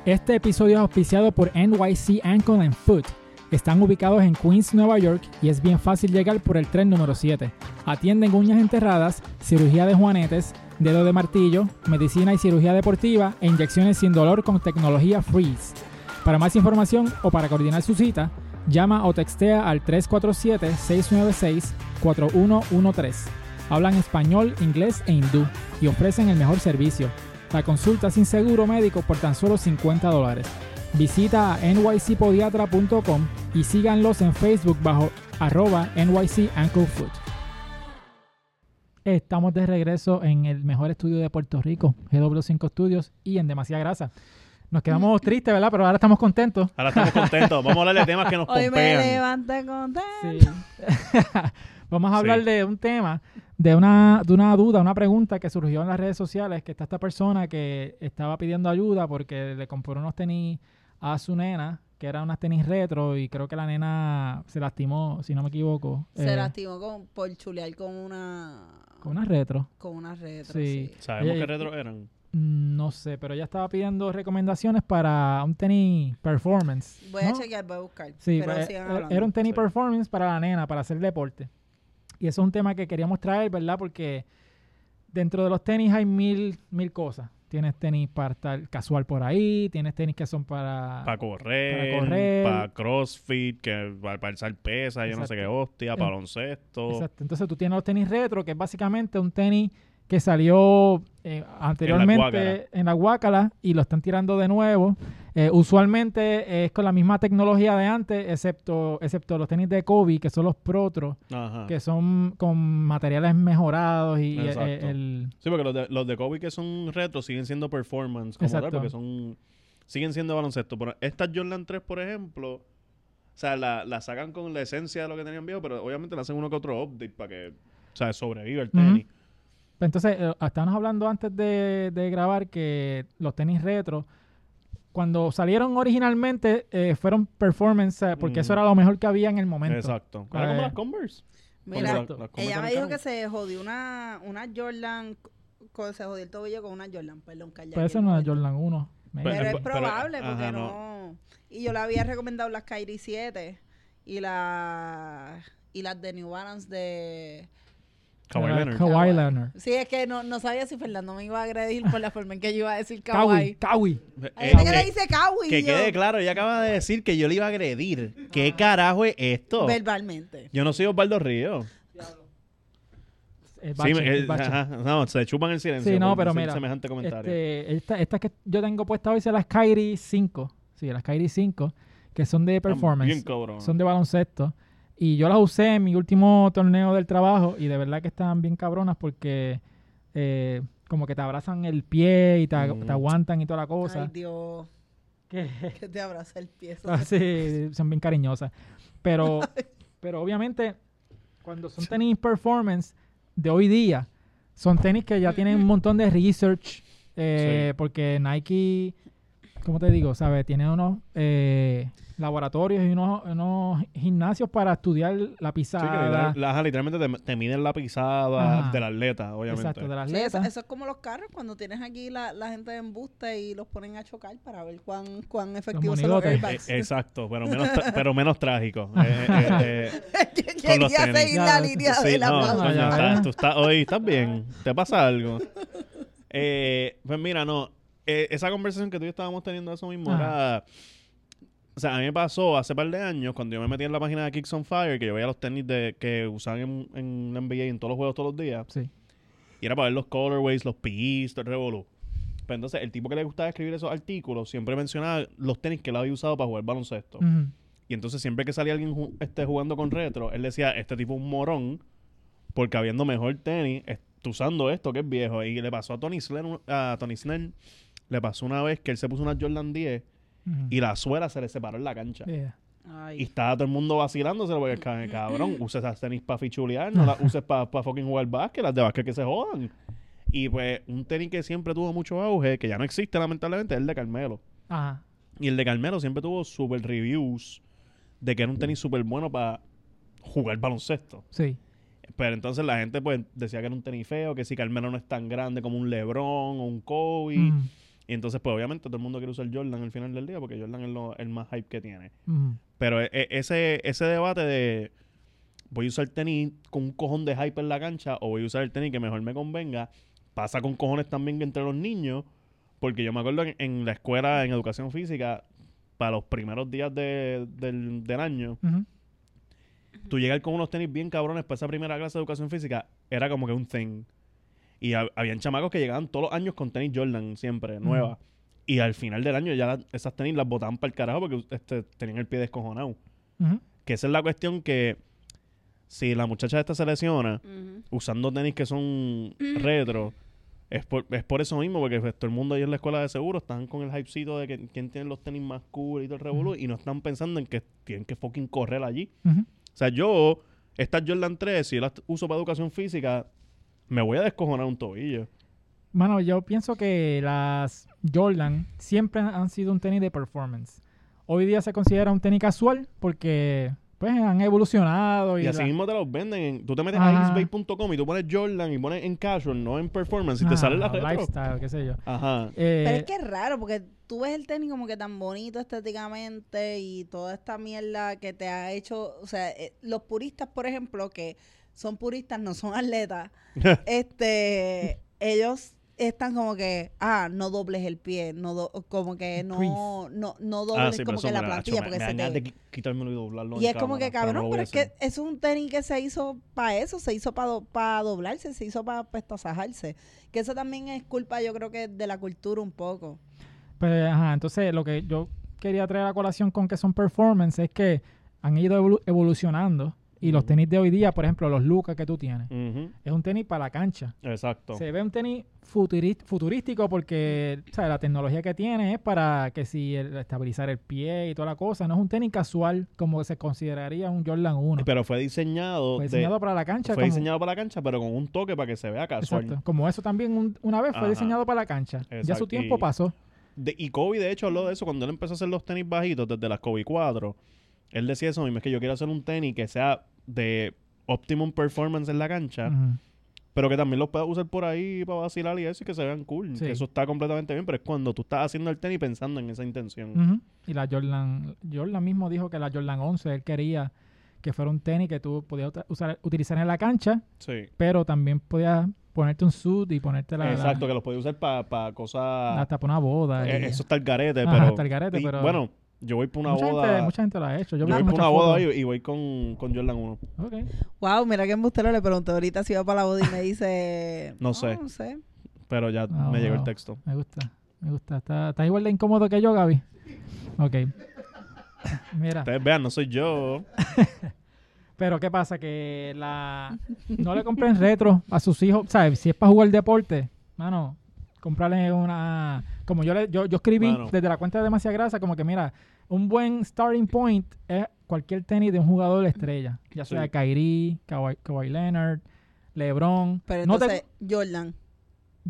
Speaker 1: Este episodio es auspiciado por NYC Ankle and Foot. Están ubicados en Queens, Nueva York y es bien fácil llegar por el tren número 7. Atienden uñas enterradas, cirugía de juanetes, dedo de martillo, medicina y cirugía deportiva e inyecciones sin dolor con tecnología Freeze. Para más información o para coordinar su cita, llama o textea al 347-696-4113. Hablan español, inglés e hindú y ofrecen el mejor servicio. La consulta sin seguro médico por tan solo 50 dólares. Visita a nycpodiatra.com y síganlos en Facebook bajo arroba nycanklefoot. Estamos de regreso en el mejor estudio de Puerto Rico, GW5 Studios y en Demasiada Grasa. Nos quedamos tristes, ¿verdad? Pero ahora estamos contentos.
Speaker 3: Ahora estamos contentos. Vamos a hablar de temas que nos
Speaker 2: Hoy me
Speaker 3: pompean.
Speaker 2: levanté contenta.
Speaker 1: Sí. Vamos a
Speaker 3: Sí.
Speaker 1: hablar de un tema, de una, de una duda, una pregunta que surgió en las redes sociales, que está esta persona que estaba pidiendo ayuda porque le compró unos tenis a su nena, que eran unas tenis retro, y creo que la nena se lastimó, si no me equivoco.
Speaker 2: Se
Speaker 1: eh,
Speaker 2: lastimó con, por chulear con una...
Speaker 1: Con unas retro.
Speaker 2: Con una retro,
Speaker 1: Sí.
Speaker 2: sí.
Speaker 3: Sabemos
Speaker 1: Oye,
Speaker 3: que retro eran.
Speaker 1: Mm, No sé, pero ella estaba pidiendo recomendaciones para un tenis performance.
Speaker 2: Voy a
Speaker 1: ¿no?
Speaker 2: chequear, voy a buscar.
Speaker 1: Sí,
Speaker 2: pero
Speaker 1: pues,
Speaker 2: sigan
Speaker 1: era-
Speaker 2: hablando.
Speaker 1: era un tenis
Speaker 3: Sí.
Speaker 1: performance para la nena, para hacer deporte. Y eso es un tema que queríamos traer, ¿verdad? Porque dentro de los tenis hay mil, mil cosas. Tienes tenis para estar casual por ahí, tienes tenis que son para...
Speaker 3: Para correr,
Speaker 1: Ah, Para
Speaker 3: para
Speaker 1: correr.
Speaker 3: crossfit, que, para, para alzar pesas, yo no
Speaker 1: Exacto.
Speaker 3: sé
Speaker 1: Eh,
Speaker 3: qué hostia, para baloncesto.
Speaker 1: Exacto. Entonces tú tienes los tenis retro, que es básicamente un tenis que salió eh, anteriormente
Speaker 3: Guácara.
Speaker 1: en la Guácala y lo están tirando de nuevo. Eh, usualmente es con la misma tecnología de antes, excepto, excepto los tenis de Kobe, que son los Protro.
Speaker 3: Ajá.
Speaker 1: que son con materiales mejorados y e-
Speaker 3: Exacto.
Speaker 1: e- el,
Speaker 3: Sí, porque los de, los de Kobe que son retro siguen siendo performance como
Speaker 1: Exacto.
Speaker 3: tal, porque son. siguen siendo baloncesto. Pero estas Jordan 3, por ejemplo, o sea, la, la sacan con la esencia de lo que tenían viejo, pero obviamente le hacen uno que otro update para que, o sea, sobreviva el
Speaker 1: Ujú.
Speaker 3: tenis.
Speaker 1: entonces eh, estábamos hablando antes de, de grabar que los tenis retro cuando salieron originalmente eh, fueron performance eh, porque eso
Speaker 3: Ujú.
Speaker 1: era lo mejor que había en el momento
Speaker 3: Mm. Exacto.
Speaker 1: Ah,
Speaker 3: Era
Speaker 1: eh.
Speaker 3: como las Converse.
Speaker 2: Mira,
Speaker 3: Como
Speaker 1: Exacto.
Speaker 3: las- las Converse
Speaker 2: ella me
Speaker 3: americanas.
Speaker 2: dijo que se jodió una, una Jordan... con- se jodió el tobillo con una Jordan, perdón, calla.
Speaker 1: puede ser una Jordan 1 maybe.
Speaker 2: Pero,
Speaker 3: Pero-
Speaker 2: es
Speaker 3: pero- eh,
Speaker 2: probable, porque
Speaker 3: ajá,
Speaker 2: no.
Speaker 3: no.
Speaker 2: Y yo le había recomendado las Kyrie 7 y la y las de New Balance de...
Speaker 3: Kawhi
Speaker 1: Era
Speaker 3: Leonard.
Speaker 1: Kawhi
Speaker 2: Kawhi.
Speaker 1: Leonard
Speaker 2: Sí, es que no, no sabía si Fernando me iba a agredir por la forma en que yo iba a decir
Speaker 1: Kawhi
Speaker 2: kawaii.
Speaker 1: Kawhi
Speaker 2: Hay
Speaker 3: Eh,
Speaker 2: gente que
Speaker 3: que-
Speaker 2: le dice kawaii
Speaker 3: que
Speaker 2: yo-
Speaker 3: quede claro, ella acaba de decir que yo le iba a agredir. ¿Qué carajo es esto?
Speaker 2: verbalmente.
Speaker 3: Yo no soy Osvaldo Río.
Speaker 1: El
Speaker 3: sí,
Speaker 1: bache,
Speaker 3: me- eh,
Speaker 1: el bache.
Speaker 3: ajá, no, se chupan el silencio.
Speaker 1: Sí, no,
Speaker 3: por
Speaker 1: pero
Speaker 3: decir
Speaker 1: mira,
Speaker 3: Semejante comentario.
Speaker 1: Este, esta, estas que yo tengo puesta hoy son las Kyrie 5 sí las Kyrie 5 que son de performance
Speaker 3: Bien cabrón.
Speaker 1: son de baloncesto. Y yo las usé en mi último torneo del trabajo y de verdad que estaban bien cabronas porque eh, como que te abrazan el pie y te, ag-
Speaker 3: Mm.
Speaker 1: te aguantan y toda la
Speaker 2: Ay,
Speaker 1: cosa. Ah,
Speaker 2: Dios,
Speaker 1: Que-
Speaker 2: que te abraza el pie.
Speaker 1: así, son bien cariñosas. Pero, pero obviamente cuando son tenis performance de hoy día, son tenis que ya tienen un montón de research eh, porque Nike... ¿Cómo te digo? ¿Sabes? Tiene unos eh, laboratorios y unos, unos gimnasios para estudiar la
Speaker 3: Sí, que
Speaker 1: pisada.
Speaker 3: literal- la- ajá, literalmente te, te miden la pisada
Speaker 1: Ajá.
Speaker 3: del atleta, obviamente. Eh,
Speaker 1: exacto, de las
Speaker 2: Sí, eso,
Speaker 1: letras.
Speaker 2: eso es como los carros, cuando tienes aquí la, la gente de embuste y los ponen a chocar para ver cuán, cuán efectivos son los
Speaker 1: monigotes.
Speaker 3: Eh,
Speaker 2: airbags.
Speaker 3: exacto, pero menos, tra- pero menos trágico. Eh, eh, eh, eh,
Speaker 2: Yo
Speaker 3: con los
Speaker 2: quería
Speaker 3: tenis.
Speaker 2: seguir
Speaker 1: Ya,
Speaker 2: la línea
Speaker 3: sí,
Speaker 2: de la
Speaker 3: no,
Speaker 2: mano.
Speaker 1: mamá.
Speaker 3: coño,
Speaker 1: Ya,
Speaker 3: estás-
Speaker 1: ya.
Speaker 3: tú estás, hoy estás bien, te pasa algo. Eh, pues mira, no, eh, esa conversación que tú y yo estábamos teniendo eso mismo era... O sea, a mí me pasó hace par de años cuando yo me metí en la página de Kicks on Fire, que yo veía los tenis de, que usaban en, en la NBA y en todos los juegos todos los días.
Speaker 1: Sí.
Speaker 3: Y era para ver los colorways, los PEs, todo el revolú. Pero entonces, el tipo que le gustaba escribir esos artículos siempre mencionaba los tenis que él había usado para jugar baloncesto.
Speaker 1: Ujú.
Speaker 3: Y entonces siempre que salía alguien ju- este, jugando con retro, él decía, este tipo es un morón, porque habiendo mejor tenis, está usando esto que es viejo. Y le pasó a Tony Snell, un- a Tony Snell, le pasó una vez que él se puso una Jordan 10
Speaker 1: Ujú.
Speaker 3: y la suela se le separó en la cancha.
Speaker 1: Yeah.
Speaker 3: Y
Speaker 2: Ay,
Speaker 3: estaba todo el mundo vacilándose porque ca- cabrón, usa esas tenis para fichulear, no las uses para fucking jugar básquet, las de básquet que se jodan. Y pues un tenis que siempre tuvo mucho auge, que ya no existe lamentablemente, es el de Carmelo.
Speaker 1: Ajá.
Speaker 3: Y el de Carmelo siempre tuvo super reviews de que era un tenis súper bueno para jugar baloncesto.
Speaker 1: Sí.
Speaker 3: Pero entonces la gente pues decía que era un tenis feo, que si Carmelo no es tan grande como un LeBron o un Kobe.
Speaker 1: Mm,
Speaker 3: Y entonces pues obviamente todo el mundo quiere usar Jordan al final del día porque Jordan es lo- el más hype que tiene.
Speaker 1: mm.
Speaker 3: Pero e- e- ese, ese debate de voy a usar tenis con un cojón de hype en la cancha o voy a usar el tenis que mejor me convenga, pasa con cojones también entre los niños, porque yo me acuerdo en, en la escuela, en educación física, para los primeros días de- del, del año,
Speaker 1: Ujú.
Speaker 3: tú llegar con unos tenis bien cabrones para esa primera clase de educación física era como que un thing. Y hab- habían chamacos que llegaban todos los años con tenis Jordan siempre,
Speaker 1: Ujú.
Speaker 3: nueva. Y al final del año ya la- esas tenis las botaban para el carajo porque este, tenían el pie descojonado.
Speaker 1: Ujú.
Speaker 3: Que esa es la cuestión que si la muchacha esta se lesiona
Speaker 2: ujú.
Speaker 3: usando tenis que son retro, es por, es por eso mismo, porque pues, todo el mundo ahí en la escuela de seguro están con el hypecito de que quién tiene los tenis más cool y todo el revolú, y no están pensando en que tienen que fucking correr allí.
Speaker 1: Ujú.
Speaker 3: O sea, yo, estas Jordan 3, si yo las uso para educación física, me voy a descojonar un tobillo.
Speaker 1: Mano, yo pienso que las Jordan siempre han- han sido un tenis de performance. Hoy día se considera un tenis casual porque pues han evolucionado y,
Speaker 3: Y así
Speaker 1: la-
Speaker 3: mismo te los venden. en- tú te metes
Speaker 1: Ajá.
Speaker 3: a xbay.com y tú pones Jordan y pones en casual, no en performance, y
Speaker 1: Ajá,
Speaker 3: te sale la retro.
Speaker 1: Ah, lifestyle, qué sé yo.
Speaker 3: Ajá.
Speaker 1: Eh,
Speaker 2: Pero es que es raro, porque tú ves el tenis como que tan bonito estéticamente y toda esta mierda que te ha hecho, o sea, eh, los puristas, por ejemplo, que son puristas, no son atletas, este, ellos están como que, ah, no dobles el pie, no do- como que no,
Speaker 1: Crease.
Speaker 2: no, no
Speaker 3: Ah,
Speaker 2: dobles como que la plantilla, porque se te...
Speaker 3: quitármelo y doblarlo
Speaker 2: Y es como que cabrón, pero es que es un tenis que se hizo para eso, se hizo para doblarse, se hizo para pestazajarse. Que eso también es culpa, yo creo que de la cultura un poco.
Speaker 1: Pues, ajá, entonces lo que yo quería traer a colación con que son performance es que han ido evolu- evolucionando y los
Speaker 3: Ujú.
Speaker 1: tenis de hoy día, por ejemplo, los Lucas que tú tienes,
Speaker 3: Mm.
Speaker 1: es un tenis para la cancha.
Speaker 3: Exacto.
Speaker 1: Se ve un tenis futuri- futurístico porque o sea, la tecnología que tiene es para que si el- estabilizar el pie y toda la cosa, no es un tenis casual como se consideraría un Jordan 1.
Speaker 3: Pero fue diseñado.
Speaker 1: Fue
Speaker 3: de-
Speaker 1: diseñado para la cancha.
Speaker 3: fue
Speaker 1: como,
Speaker 3: diseñado para la cancha, pero con un toque para que se vea casual.
Speaker 1: exacto, como eso también un- una vez fue
Speaker 3: Ajá.
Speaker 1: diseñado para la cancha. Ya su
Speaker 3: Exacto,
Speaker 1: tiempo
Speaker 3: y-
Speaker 1: pasó.
Speaker 3: De- y Kobe, de hecho, habló de eso cuando él empezó a hacer los tenis bajitos desde las Kobe 4. Él decía eso mismo: es que yo quiero hacer un tenis que sea de optimum performance en la cancha,
Speaker 1: Ujú.
Speaker 3: pero que también los puedas usar por ahí para vacilar y eso y que se vean cool.
Speaker 1: Sí.
Speaker 3: Que eso está completamente bien, pero es cuando tú estás haciendo el tenis pensando en esa intención.
Speaker 1: Ujú. Y la Jordan, Jordan mismo dijo que la Jordan 11, él quería que fuera un tenis que tú podías uta- usar, utilizar en la cancha,
Speaker 3: Sí.
Speaker 1: pero también podías ponerte un suit y ponerte la... la-
Speaker 3: Exacto, que los puedes usar para cosas.
Speaker 1: hasta para una boda.
Speaker 3: Eh,
Speaker 1: y-
Speaker 3: eso está el garete,
Speaker 1: Ajá,
Speaker 3: pero.
Speaker 1: está el garete,
Speaker 3: y,
Speaker 1: pero-
Speaker 3: Bueno, yo voy para una
Speaker 1: mucha,
Speaker 3: boda.
Speaker 1: gente, mucha gente lo ha hecho. Yo,
Speaker 3: yo
Speaker 1: vi
Speaker 3: voy para
Speaker 1: muchas
Speaker 3: una boda
Speaker 1: fotos.
Speaker 3: y, y voy con, con Jordan 1.
Speaker 1: Ok.
Speaker 2: Wow, mira que embustero le pregunté ahorita si iba para la boda y me dice...
Speaker 3: No sé.
Speaker 2: No sé.
Speaker 3: Pero ya
Speaker 1: Ah,
Speaker 3: me llegó el
Speaker 1: wow.
Speaker 3: texto.
Speaker 1: Me gusta, me gusta. Está- Estás igual de incómodo que yo, Gaby. Ok. Mira,
Speaker 3: Ustedes vean, no soy yo.
Speaker 1: pero ¿qué pasa? Que la no le compren retro a sus hijos. ¿Sabes? Si es para jugar deporte, mano, comprarle una... Como yo, le, yo, yo escribí
Speaker 3: Mano.
Speaker 1: desde la cuenta de Demasiada Grasa, como que mira, un buen starting point es cualquier tenis de un jugador estrella. Ya sea
Speaker 3: Sí.
Speaker 1: Kyrie, Kawhi, Kawhi Leonard, LeBron.
Speaker 2: Pero
Speaker 1: No te-
Speaker 2: entonces, Jordan.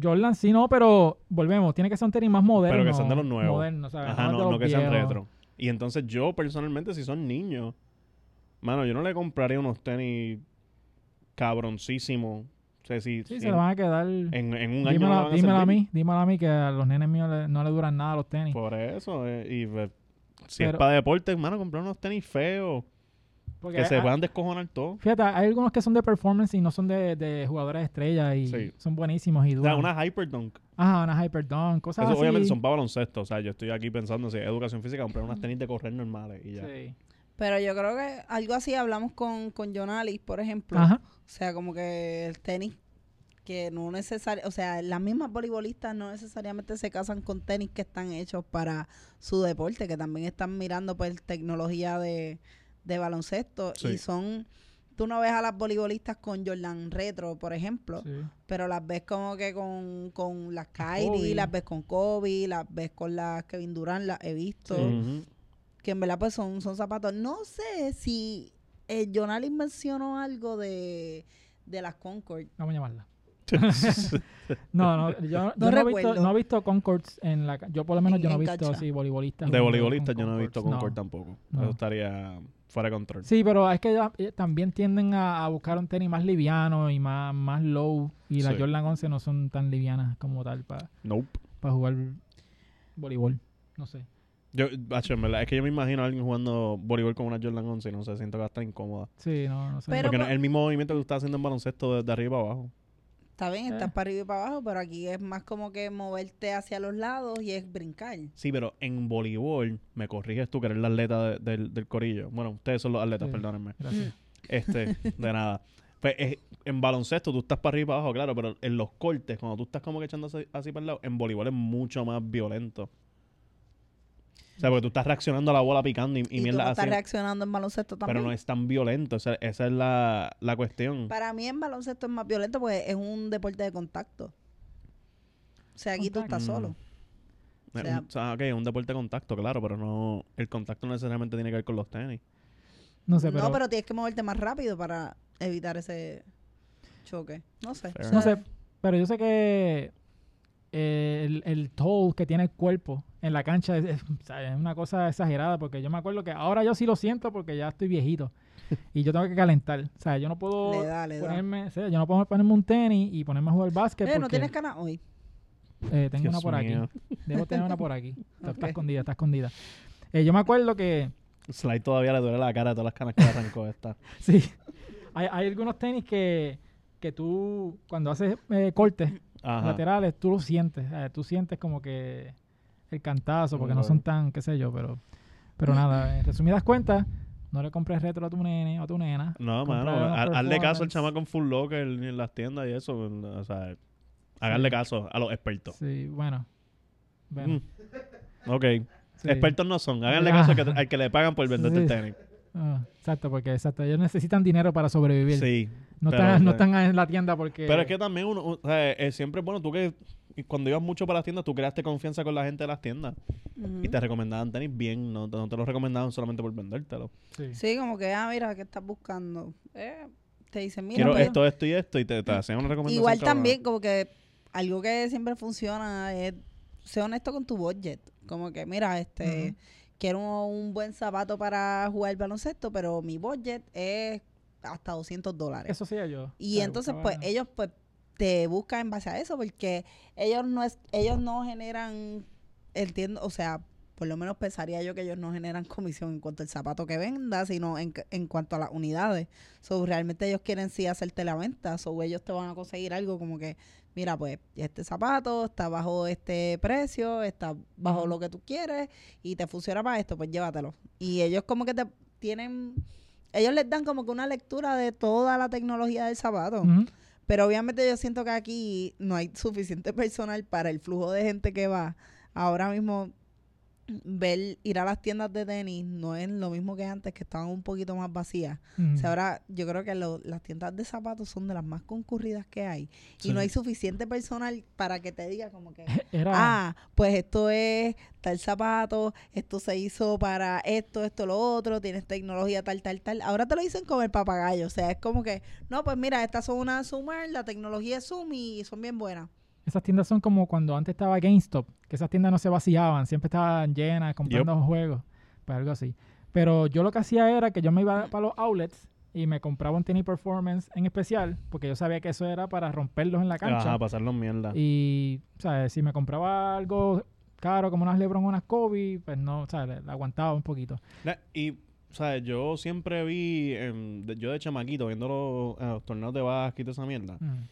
Speaker 1: Jordan sí, no, pero volvemos. Tiene que ser un tenis más moderno.
Speaker 3: Pero que sean de los nuevos.
Speaker 1: Moderno, ¿sabes?
Speaker 3: Ajá,
Speaker 1: es de
Speaker 3: no,
Speaker 1: los
Speaker 3: no que sean
Speaker 1: viejos.
Speaker 3: retro. Y entonces yo, personalmente, si son niños, mano, yo no le compraría unos tenis cabroncísimos. O sea, si,
Speaker 1: Sí,
Speaker 3: en,
Speaker 1: se lo van a quedar.
Speaker 3: en- en un año no
Speaker 1: Dímelo,
Speaker 3: van a
Speaker 1: dímelo a
Speaker 3: servir.
Speaker 1: mí, dímelo a mí que a los nenes míos le- no le duran nada los tenis.
Speaker 3: Por eso. eh, y eh, si
Speaker 1: Pero-
Speaker 3: es para deporte, hermano, comprar unos tenis feos.
Speaker 1: Porque
Speaker 3: Que
Speaker 1: hay- ah,
Speaker 3: se
Speaker 1: hay-
Speaker 3: puedan descojonar todo.
Speaker 1: Fíjate, hay algunos que son de performance y no son de, de jugadores estrellas y
Speaker 3: Sí.
Speaker 1: son buenísimos y
Speaker 3: O sea,
Speaker 1: duran.
Speaker 3: una Hyperdunk.
Speaker 1: Ajá, una Hyperdunk, cosas
Speaker 3: Eso
Speaker 1: así.
Speaker 3: obviamente son para baloncesto. O sea, yo estoy aquí pensando si es educación física, comprar unas tenis de correr normales y ya.
Speaker 1: Sí.
Speaker 2: Pero yo creo que algo así hablamos con, con John Alice, por ejemplo.
Speaker 1: Ajá.
Speaker 2: O sea, como que el tenis que no necesario, o sea, las mismas voleibolistas no necesariamente se casan con tenis que están hechos para su deporte, que también están mirando pues tecnología de, de baloncesto
Speaker 3: Sí.
Speaker 2: y son tú no ves a las voleibolistas con Jordan retro, por ejemplo,
Speaker 1: sí.
Speaker 2: pero las ves como que con, con las Kyrie,
Speaker 1: Kobe.
Speaker 2: las ves con Kobe, las ves con las Kevin Durant, las he visto.
Speaker 1: Sí.
Speaker 3: Ujú.
Speaker 2: que en verdad pues son, son zapatos. No sé si eh, Jonalis mencionó algo de, de las Concord.
Speaker 1: Vamos a llamarla. No, no, yo, yo
Speaker 2: No
Speaker 1: no, he visto,
Speaker 2: recuerdo.
Speaker 1: no he visto Concords en la... ca- Yo por lo menos
Speaker 2: En-
Speaker 1: yo no he
Speaker 2: en
Speaker 1: visto
Speaker 2: cancha.
Speaker 1: así voleibolistas.
Speaker 3: De
Speaker 1: jugando
Speaker 3: voleibolista
Speaker 1: con
Speaker 3: yo no he visto
Speaker 1: Concords.
Speaker 3: Concord
Speaker 1: No.
Speaker 3: tampoco.
Speaker 1: No.
Speaker 3: Eso estaría fuera de control.
Speaker 1: Sí, pero es que ya- eh, también tienden a, a buscar un tenis más liviano y más, más low. Y las
Speaker 3: Sí.
Speaker 1: Jordan 11 no son tan livianas como tal para
Speaker 3: Nope.
Speaker 1: jugar voleibol. No sé.
Speaker 3: Yo, macho, en verdad, es que yo me imagino a alguien jugando voleibol con una Jordan 11 y no sé, siento que va a estar incómoda.
Speaker 1: Sí, no, no sé.
Speaker 2: Pero-
Speaker 3: Porque no es
Speaker 2: por-
Speaker 3: el mismo movimiento que tú estás haciendo en baloncesto desde arriba para abajo.
Speaker 2: Está bien,
Speaker 1: Eh.
Speaker 2: estás para arriba y para abajo, pero aquí es más como que moverte hacia los lados y es brincar.
Speaker 3: Sí, pero en voleibol, me corriges tú que eres el atleta de- del, del corillo. Bueno, ustedes son los atletas,
Speaker 1: Sí.
Speaker 3: perdónenme.
Speaker 2: mm,
Speaker 1: Gracias.
Speaker 3: Este, de nada. Pues es- en baloncesto tú estás para arriba y para abajo, claro, pero en los cortes, cuando tú estás como que echando así, así para el lado, en voleibol es mucho más violento. O sea, porque tú estás reaccionando a la bola picando y, y,
Speaker 2: Y, tú
Speaker 3: mierda
Speaker 2: no estás
Speaker 3: así.
Speaker 2: reaccionando en baloncesto también.
Speaker 3: Pero no es tan violento, esa, esa es la, la cuestión.
Speaker 2: Para mí en baloncesto es más violento porque es un deporte de contacto. O sea, aquí tú estás
Speaker 3: Contacto.
Speaker 2: solo.
Speaker 3: Eh,
Speaker 2: o sea-
Speaker 3: un- o sea, ok, es un deporte de contacto, claro, pero no. El contacto no necesariamente tiene que ver con los tenis.
Speaker 1: No sé, pero...
Speaker 2: No, pero tienes que moverte más rápido para evitar ese choque. No sé.
Speaker 3: Fair
Speaker 2: O sea,
Speaker 1: No sé, pero yo sé que eh, el, el toll que tiene el cuerpo en la cancha es, es- o sea, es una cosa exagerada porque yo me acuerdo que ahora yo sí lo siento porque ya estoy viejito y yo tengo que calentar. O sea, yo no puedo
Speaker 2: Le da, le da.
Speaker 1: ponerme, o sea, yo no puedo ponerme un tenis y ponerme a jugar básquet
Speaker 2: Eh, no
Speaker 1: porque
Speaker 2: tienes cana hoy.
Speaker 1: eh, tengo
Speaker 3: Dios
Speaker 1: una por
Speaker 3: mío.
Speaker 1: aquí. Debo tener una por aquí. Está, está
Speaker 2: Ok.
Speaker 1: escondida, está escondida. Eh, yo me acuerdo que
Speaker 3: Sly todavía le duele la cara de todas las canas que le arrancó esta.
Speaker 1: sí, hay, hay algunos tenis que, que tú cuando haces eh, cortes
Speaker 3: Ajá.
Speaker 1: laterales, tú lo sientes. eh, tú sientes como que el cantazo, porque no
Speaker 3: Claro.
Speaker 1: son tan, qué sé yo, pero, pero nada, en resumidas cuentas, no le compres retro a tu nene o a tu nena.
Speaker 3: No,
Speaker 1: Comprar
Speaker 3: mano,
Speaker 1: unos
Speaker 3: ha- hazle caso al
Speaker 1: performance.
Speaker 3: chamaco en Full Locker en las tiendas y eso. O sea, háganle caso a los expertos.
Speaker 1: Sí, bueno. Bueno,
Speaker 3: Mm. Ok,
Speaker 1: sí.
Speaker 3: expertos no son. Háganle caso al que, al que le pagan por venderte el
Speaker 1: Ah. Sí.
Speaker 3: tenis.
Speaker 1: Ah, exacto, porque exacto, ellos necesitan dinero para sobrevivir.
Speaker 3: Sí.
Speaker 1: no,
Speaker 3: pero,
Speaker 1: están, no
Speaker 3: o sea,
Speaker 1: están en la tienda porque...
Speaker 3: Pero es que también uno, o sea, eh, siempre es bueno, tú que cuando ibas mucho para las tiendas, tú creaste confianza con la gente de las tiendas. Y te recomendaban tenis bien, no, no te lo recomendaban solamente por vendértelo.
Speaker 1: Sí.
Speaker 2: Sí, como que, ah, mira, ¿qué estás buscando? Eh, te dicen, mira,
Speaker 3: Quiero
Speaker 2: pues,
Speaker 3: esto, esto y esto, y te, te hacían una recomendación.
Speaker 2: igual
Speaker 3: cabrona.
Speaker 2: también, como que algo que siempre funciona es ser honesto con tu budget. Como que, mira, este,
Speaker 1: Ujú.
Speaker 2: quiero un, un buen zapato para jugar baloncesto, pero mi budget es hasta 200 dólares.
Speaker 1: Eso sí, yo.
Speaker 2: Y entonces, pues, ellos pues te buscan en base a eso, porque ellos no es, ellos no generan, entiendo, o sea, por lo menos pensaría yo que ellos no generan comisión en cuanto al zapato que venda, sino en, c- en cuanto a las unidades. So, realmente ellos quieren sí hacerte la venta, o ellos te van a conseguir algo como que, mira, pues, este zapato está bajo este precio, está bajo lo que tú quieres y te funciona para esto, pues llévatelo. Y ellos como que te tienen, ellos les dan como que una lectura de toda la tecnología del zapato.
Speaker 1: Ujú.
Speaker 2: Pero obviamente yo siento que aquí no hay suficiente personal para el flujo de gente que va. Ahora mismo ver ir a las tiendas de tenis no es lo mismo que antes que estaban un poquito más vacías. O sea, ahora yo creo que lo- las tiendas de zapatos son de las más concurridas que hay
Speaker 3: Sí.
Speaker 2: y no hay suficiente personal para que te diga como que
Speaker 1: Era...
Speaker 2: ah, pues esto es tal zapato, esto se hizo para esto, esto, lo otro, tienes tecnología tal, tal, tal. Ahora te lo dicen como el papagayo, o sea, es como que, no, pues mira, estas son una Sumar, la tecnología es Zoom y son bien buenas.
Speaker 1: Esas tiendas son como cuando antes estaba GameStop, que esas tiendas no se vaciaban, siempre estaban llenas comprando juegos, para algo así. Pero yo lo que hacía era que yo me iba para los outlets y me compraba un tenis performance en especial, porque yo sabía que eso era para romperlos en la cancha.
Speaker 3: Ajá, pasarlos mierda.
Speaker 1: y, ¿sabes? Si me compraba algo caro, como unas Lebron o unas Kobe, pues no, ¿sabes? Le- le Aguantaba un poquito.
Speaker 3: Na- Y, ¿sabes? Yo siempre vi, em, de- yo de chamaquito, viendo los, eh, los torneos de básquet y toda esa mierda.
Speaker 1: Mm.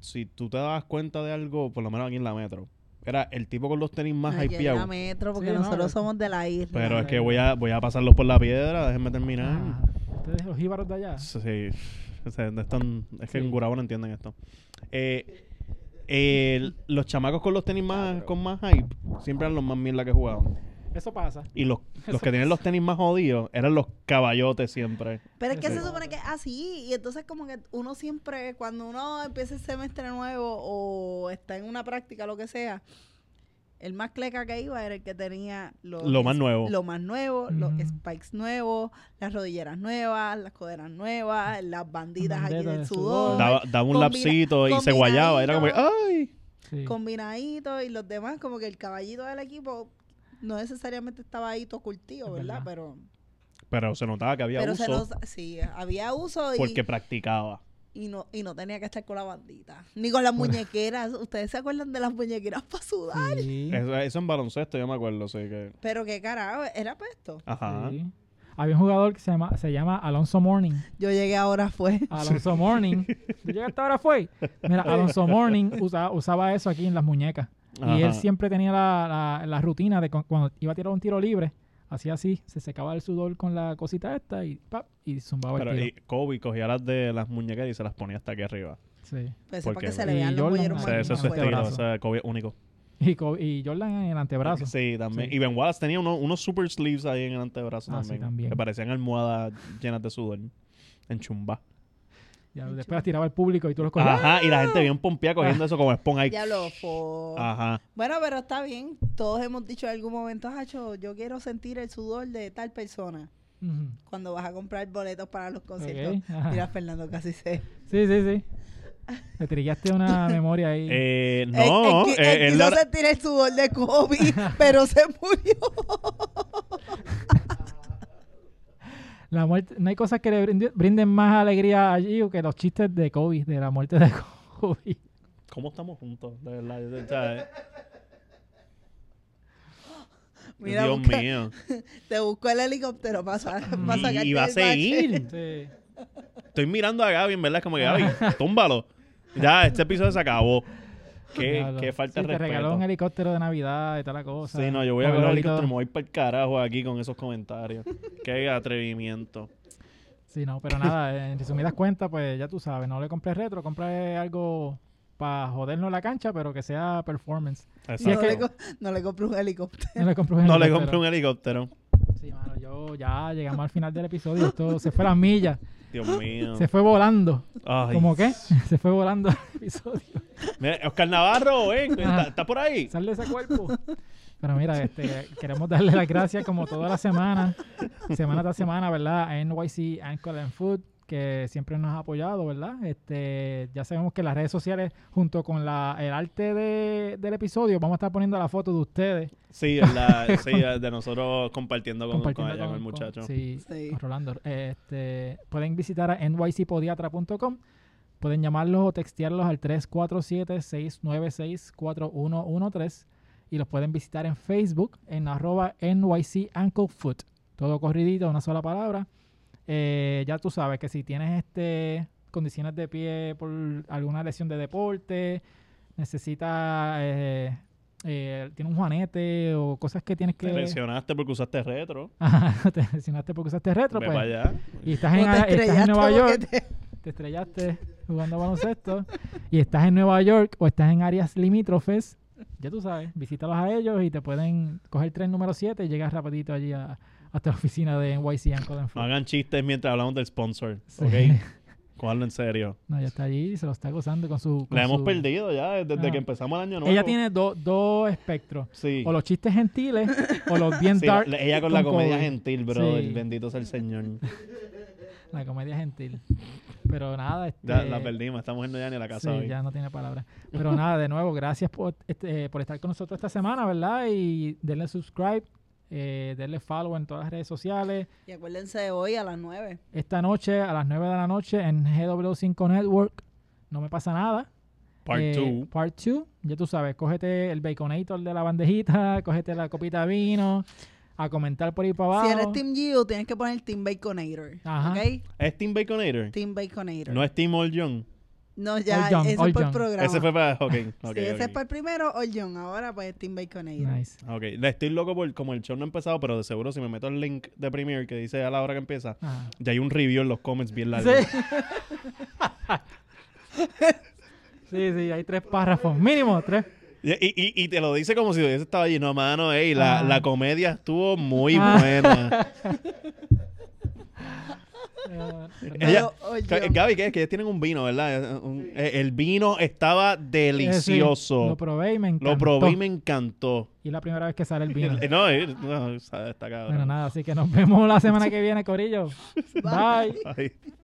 Speaker 3: Si tú te dabas cuenta de algo, por lo menos aquí en la metro, era el tipo con los tenis más
Speaker 2: Aquí en la
Speaker 3: hypeados.
Speaker 2: metro, porque
Speaker 1: Sí, no, eh.
Speaker 2: nosotros
Speaker 1: pero-
Speaker 2: somos de la isla.
Speaker 3: Pero es que
Speaker 1: metro.
Speaker 3: voy a, voy a pasarlos por la piedra, déjenme terminar.
Speaker 1: Ah, ustedes los jíbaros de allá.
Speaker 3: Sí. O sea, no están- es que
Speaker 1: Ah. Sí.
Speaker 3: en Gurabo no entienden esto. Eh, el- los chamacos con los tenis más, con más hype siempre eran los más mierda que jugaban.
Speaker 1: Eso pasa.
Speaker 3: Y los, los que tenían los tenis más jodidos eran los caballotes siempre.
Speaker 2: Pero es que
Speaker 3: Sí.
Speaker 2: se supone que es así, y entonces como que uno siempre, cuando uno empieza el semestre nuevo o está en una práctica, lo que sea, El más cleca que iba era el que tenía los-
Speaker 3: Lo más nuevo.
Speaker 2: Lo más nuevo, los
Speaker 1: Ujú.
Speaker 2: spikes nuevos, las rodilleras nuevas, las coderas nuevas, las banditas allí
Speaker 1: banderas
Speaker 2: del
Speaker 1: de
Speaker 2: sudor.
Speaker 1: sudor.
Speaker 3: Daba, daba un
Speaker 2: Combina-
Speaker 3: lapsito y se guayaba. Era como que,
Speaker 2: combinadito.
Speaker 3: ¡ay!
Speaker 1: Sí.
Speaker 2: combinadito y los demás, como que el caballito del equipo no necesariamente estaba ahí todo curtido,
Speaker 1: Es
Speaker 2: ¿verdad?
Speaker 1: verdad.
Speaker 2: Pero,
Speaker 3: Pero se notaba que había
Speaker 2: pero
Speaker 3: uso
Speaker 2: se nos, sí, había uso y,
Speaker 3: porque practicaba.
Speaker 2: y no, y no tenía que estar con la bandita. Ni con las muñequeras. ¿Ustedes se acuerdan de las muñequeras para sudar?
Speaker 1: Sí,
Speaker 3: Eso, eso en baloncesto, yo me acuerdo, sí que.
Speaker 2: Pero qué carajo, era para esto.
Speaker 3: Ajá.
Speaker 1: sí. Había un jugador que se llama, se llama Alonso Morning.
Speaker 2: Yo llegué ahora fue.
Speaker 1: Alonso Morning. ¿Tú llegaste ahora fue? Mira, Alonso Morning usa- usaba eso aquí en las muñecas. Y
Speaker 3: Ajá.
Speaker 1: él siempre tenía la, la- la rutina de cu- cuando iba a tirar un tiro libre, hacía así, se secaba el sudor con la cosita esta y pap, y zumbaba
Speaker 3: Pero
Speaker 1: el tiro.
Speaker 3: y Kobe cogía las de las muñecas y se las ponía hasta aquí arriba.
Speaker 1: Sí.
Speaker 2: Pues para
Speaker 3: Porque-
Speaker 2: que se le
Speaker 1: Y
Speaker 2: vean los
Speaker 1: Jordan,
Speaker 2: bolleros
Speaker 1: o
Speaker 3: O
Speaker 2: más pues.
Speaker 3: sea, ese es su
Speaker 1: Fuerte
Speaker 2: fuertes.
Speaker 3: estilo,
Speaker 1: brazo.
Speaker 3: ese es Kobe único.
Speaker 1: Y, Co- y Jordan en el antebrazo.
Speaker 3: Sí, también.
Speaker 1: Sí.
Speaker 3: Y Ben Wallace tenía uno- unos super sleeves ahí en el antebrazo
Speaker 1: Ah, sí,
Speaker 3: también,
Speaker 1: también.
Speaker 3: Que parecían almohadas llenas de sudor. En chumba.
Speaker 1: Ya, después las tiraba al público y tú los cogías.
Speaker 3: Ajá, y la gente bien pompeada
Speaker 1: Ah.
Speaker 3: cogiendo eso como esponja. ahí.
Speaker 2: Ya lo fo-
Speaker 3: Ajá.
Speaker 2: Bueno, pero está bien. Todos hemos dicho en algún momento, Hacho, yo quiero sentir el sudor de tal persona.
Speaker 1: Ujú.
Speaker 2: cuando vas a comprar boletos para los conciertos.
Speaker 1: Ok, ajá.
Speaker 2: Mira, Fernando casi se.
Speaker 1: Sí, sí, sí. Te trillaste una memoria ahí.
Speaker 3: Eh,
Speaker 2: Él-
Speaker 3: no,
Speaker 2: él, qui-
Speaker 3: eh,
Speaker 2: él
Speaker 3: él
Speaker 2: quiso
Speaker 3: era-
Speaker 2: sentir el sudor de Kobe, pero se murió.
Speaker 1: La muerte, no hay cosas que le brinde- brinden más alegría allí que los chistes de Kobe, de la muerte de Kobe.
Speaker 3: ¿Cómo estamos juntos? De verdad. O sea,
Speaker 2: Mira,
Speaker 3: Dios
Speaker 2: busca-
Speaker 3: mío.
Speaker 2: Te buscó el helicóptero para, sa- para sacarte
Speaker 3: Y, y va a
Speaker 2: del bache.
Speaker 3: seguir.
Speaker 1: Sí.
Speaker 3: Estoy mirando a Gaby, en verdad, es como que Gaby, túmbalo. Ya, este episodio se acabó. Qué,
Speaker 1: Diablo.
Speaker 3: qué falta
Speaker 1: Sí,
Speaker 3: de
Speaker 1: Te regaló un
Speaker 3: respeto.
Speaker 1: helicóptero de Navidad y toda la cosa.
Speaker 3: Sí, no, yo voy a
Speaker 1: Con
Speaker 3: coger
Speaker 1: lorito.
Speaker 3: el helicóptero y me voy para el carajo aquí con esos comentarios. Qué atrevimiento.
Speaker 1: Sí, no, pero nada, en resumidas cuentas, pues ya tú sabes, no le compré retro, compré algo para jodernos la cancha, pero que sea performance.
Speaker 3: Exacto.
Speaker 1: Y es
Speaker 2: No,
Speaker 1: que-
Speaker 2: le co- no le compré un helicóptero.
Speaker 1: No le compré un
Speaker 3: No le
Speaker 1: helicóptero.
Speaker 3: compré un helicóptero.
Speaker 1: Sí, mano, yo ya llegamos al final del episodio, esto se fue a las millas,
Speaker 3: Dios mío.
Speaker 1: se fue volando.
Speaker 3: Ay.
Speaker 1: ¿Cómo qué? Se fue volando el episodio.
Speaker 3: Mira, Oscar Navarro, ven,
Speaker 1: Ajá.
Speaker 3: ¿está- ¿estás por ahí?
Speaker 1: Sal de ese cuerpo. Pero mira, este, queremos darle las gracias como toda la semana, semana tras semana, ¿verdad? A NYC Ankle and Food, que siempre nos ha apoyado, ¿verdad? Este, ya sabemos que las redes sociales, junto con la, el arte de- del episodio, vamos a estar poniendo la foto de ustedes.
Speaker 3: Sí, ¿verdad? Sí, de nosotros compartiendo con, con
Speaker 1: compartiendo
Speaker 3: ella, con
Speaker 1: con-
Speaker 3: el muchacho.
Speaker 1: con- sí,
Speaker 2: Sí.
Speaker 1: con Rolando. Este, pueden visitar a nycpodiatra.com. Pueden llamarlos o textearlos al 347-696-4113. Y los pueden visitar en Facebook en arroba NYC Ankle Foot. Todo corridito, una sola palabra. Eh, ya tú sabes que si tienes este condiciones de pie por alguna lesión de deporte, necesitas... eh, eh, tiene un juanete o cosas que tienes que...
Speaker 3: Te lesionaste porque usaste retro.
Speaker 1: Ajá, te lesionaste porque usaste retro,
Speaker 3: Ve
Speaker 1: pues.
Speaker 3: para allá.
Speaker 1: Y estás en,
Speaker 2: No te
Speaker 1: estás en
Speaker 2: estrellaste
Speaker 1: Nueva
Speaker 2: porque
Speaker 1: York,
Speaker 2: te-
Speaker 1: te estrellaste jugando baloncesto, y estás en Nueva York o estás en áreas limítrofes, ya tú sabes, visítalos a ellos y te pueden coger el tren número 7 y llegas rapidito allí a- hasta la oficina de NYC Ankle and
Speaker 3: No
Speaker 1: Foot.
Speaker 3: hagan chistes mientras hablamos del sponsor.
Speaker 1: Sí.
Speaker 3: ¿Ok? Cójanlo en serio.
Speaker 1: No, ella está allí y se lo está gozando con su... con
Speaker 3: La hemos
Speaker 1: su-
Speaker 3: perdido ya desde
Speaker 1: Ah.
Speaker 3: que empezamos el año nuevo.
Speaker 1: Ella tiene do- dos espectros,
Speaker 3: Sí.
Speaker 1: o los chistes gentiles o los bien
Speaker 3: Sí,
Speaker 1: dark.
Speaker 3: la- ella con, la comedia
Speaker 1: Kobe.
Speaker 3: gentil, bro.
Speaker 1: Sí.
Speaker 3: Bendito sea el Señor.
Speaker 1: La comedia gentil. Pero nada, este...
Speaker 3: Ya la perdimos. Esta mujer no llega ni a la
Speaker 1: Sí,
Speaker 3: casa hoy.
Speaker 1: ya no tiene palabras. Pero nada, de nuevo, gracias por, este, eh, por estar con nosotros esta semana, ¿verdad? Y denle subscribe, eh, denle follow en todas las redes sociales.
Speaker 2: Y acuérdense de hoy a las 9.
Speaker 1: Esta noche a las 9 de la noche en GW5 Network. No me pasa nada.
Speaker 3: Part
Speaker 1: Eh,
Speaker 3: 2.
Speaker 1: Part 2. Ya tú sabes, cógete el baconator de la bandejita, cógete la copita de vino, a comentar por ahí para abajo.
Speaker 2: Si eres Team Gio, tienes que poner Team Baconator.
Speaker 1: Ajá.
Speaker 2: ¿Ok?
Speaker 3: ¿Es Team Baconator?
Speaker 2: Team Baconator.
Speaker 3: No es Team All Young.
Speaker 2: No, ya,
Speaker 1: All Young,
Speaker 2: ese
Speaker 1: All
Speaker 2: fue el
Speaker 1: Young.
Speaker 2: programa.
Speaker 3: Ese fue para. Ok.
Speaker 2: Sí,
Speaker 3: ok,
Speaker 2: ese
Speaker 3: ok.
Speaker 2: fue el primero, All Young. Ahora pues Team Baconator.
Speaker 1: Nice.
Speaker 3: Ok, Le estoy loco por como el show no ha empezado, pero de seguro si me meto el link de Premiere que dice a la hora que empieza,
Speaker 1: Ajá.
Speaker 3: ya hay un review en los comments bien largo.
Speaker 1: Ah. Sí. sí, sí, hay tres párrafos. Mínimo tres.
Speaker 3: Y, y- y- y te lo dice como si hubiese estado allí. No, mano, ey, la,
Speaker 1: Ah.
Speaker 3: la comedia estuvo muy
Speaker 1: Ah.
Speaker 3: buena.
Speaker 1: Eh,
Speaker 3: Ella-
Speaker 2: Oye,
Speaker 3: Ca- Gaby, ¿qué es? Que ellos tienen un vino, ¿verdad? Un- eh, El vino estaba
Speaker 1: eh, sí,
Speaker 3: delicioso.
Speaker 1: lo probé y me encantó.
Speaker 3: Lo probé y me encantó.
Speaker 1: Y es la primera vez que sale el vino.
Speaker 3: Eh, No, eh, no, está está cabrón.
Speaker 1: Bueno, nada, así que nos vemos la semana que viene, Corillo. Bye.
Speaker 3: Ay.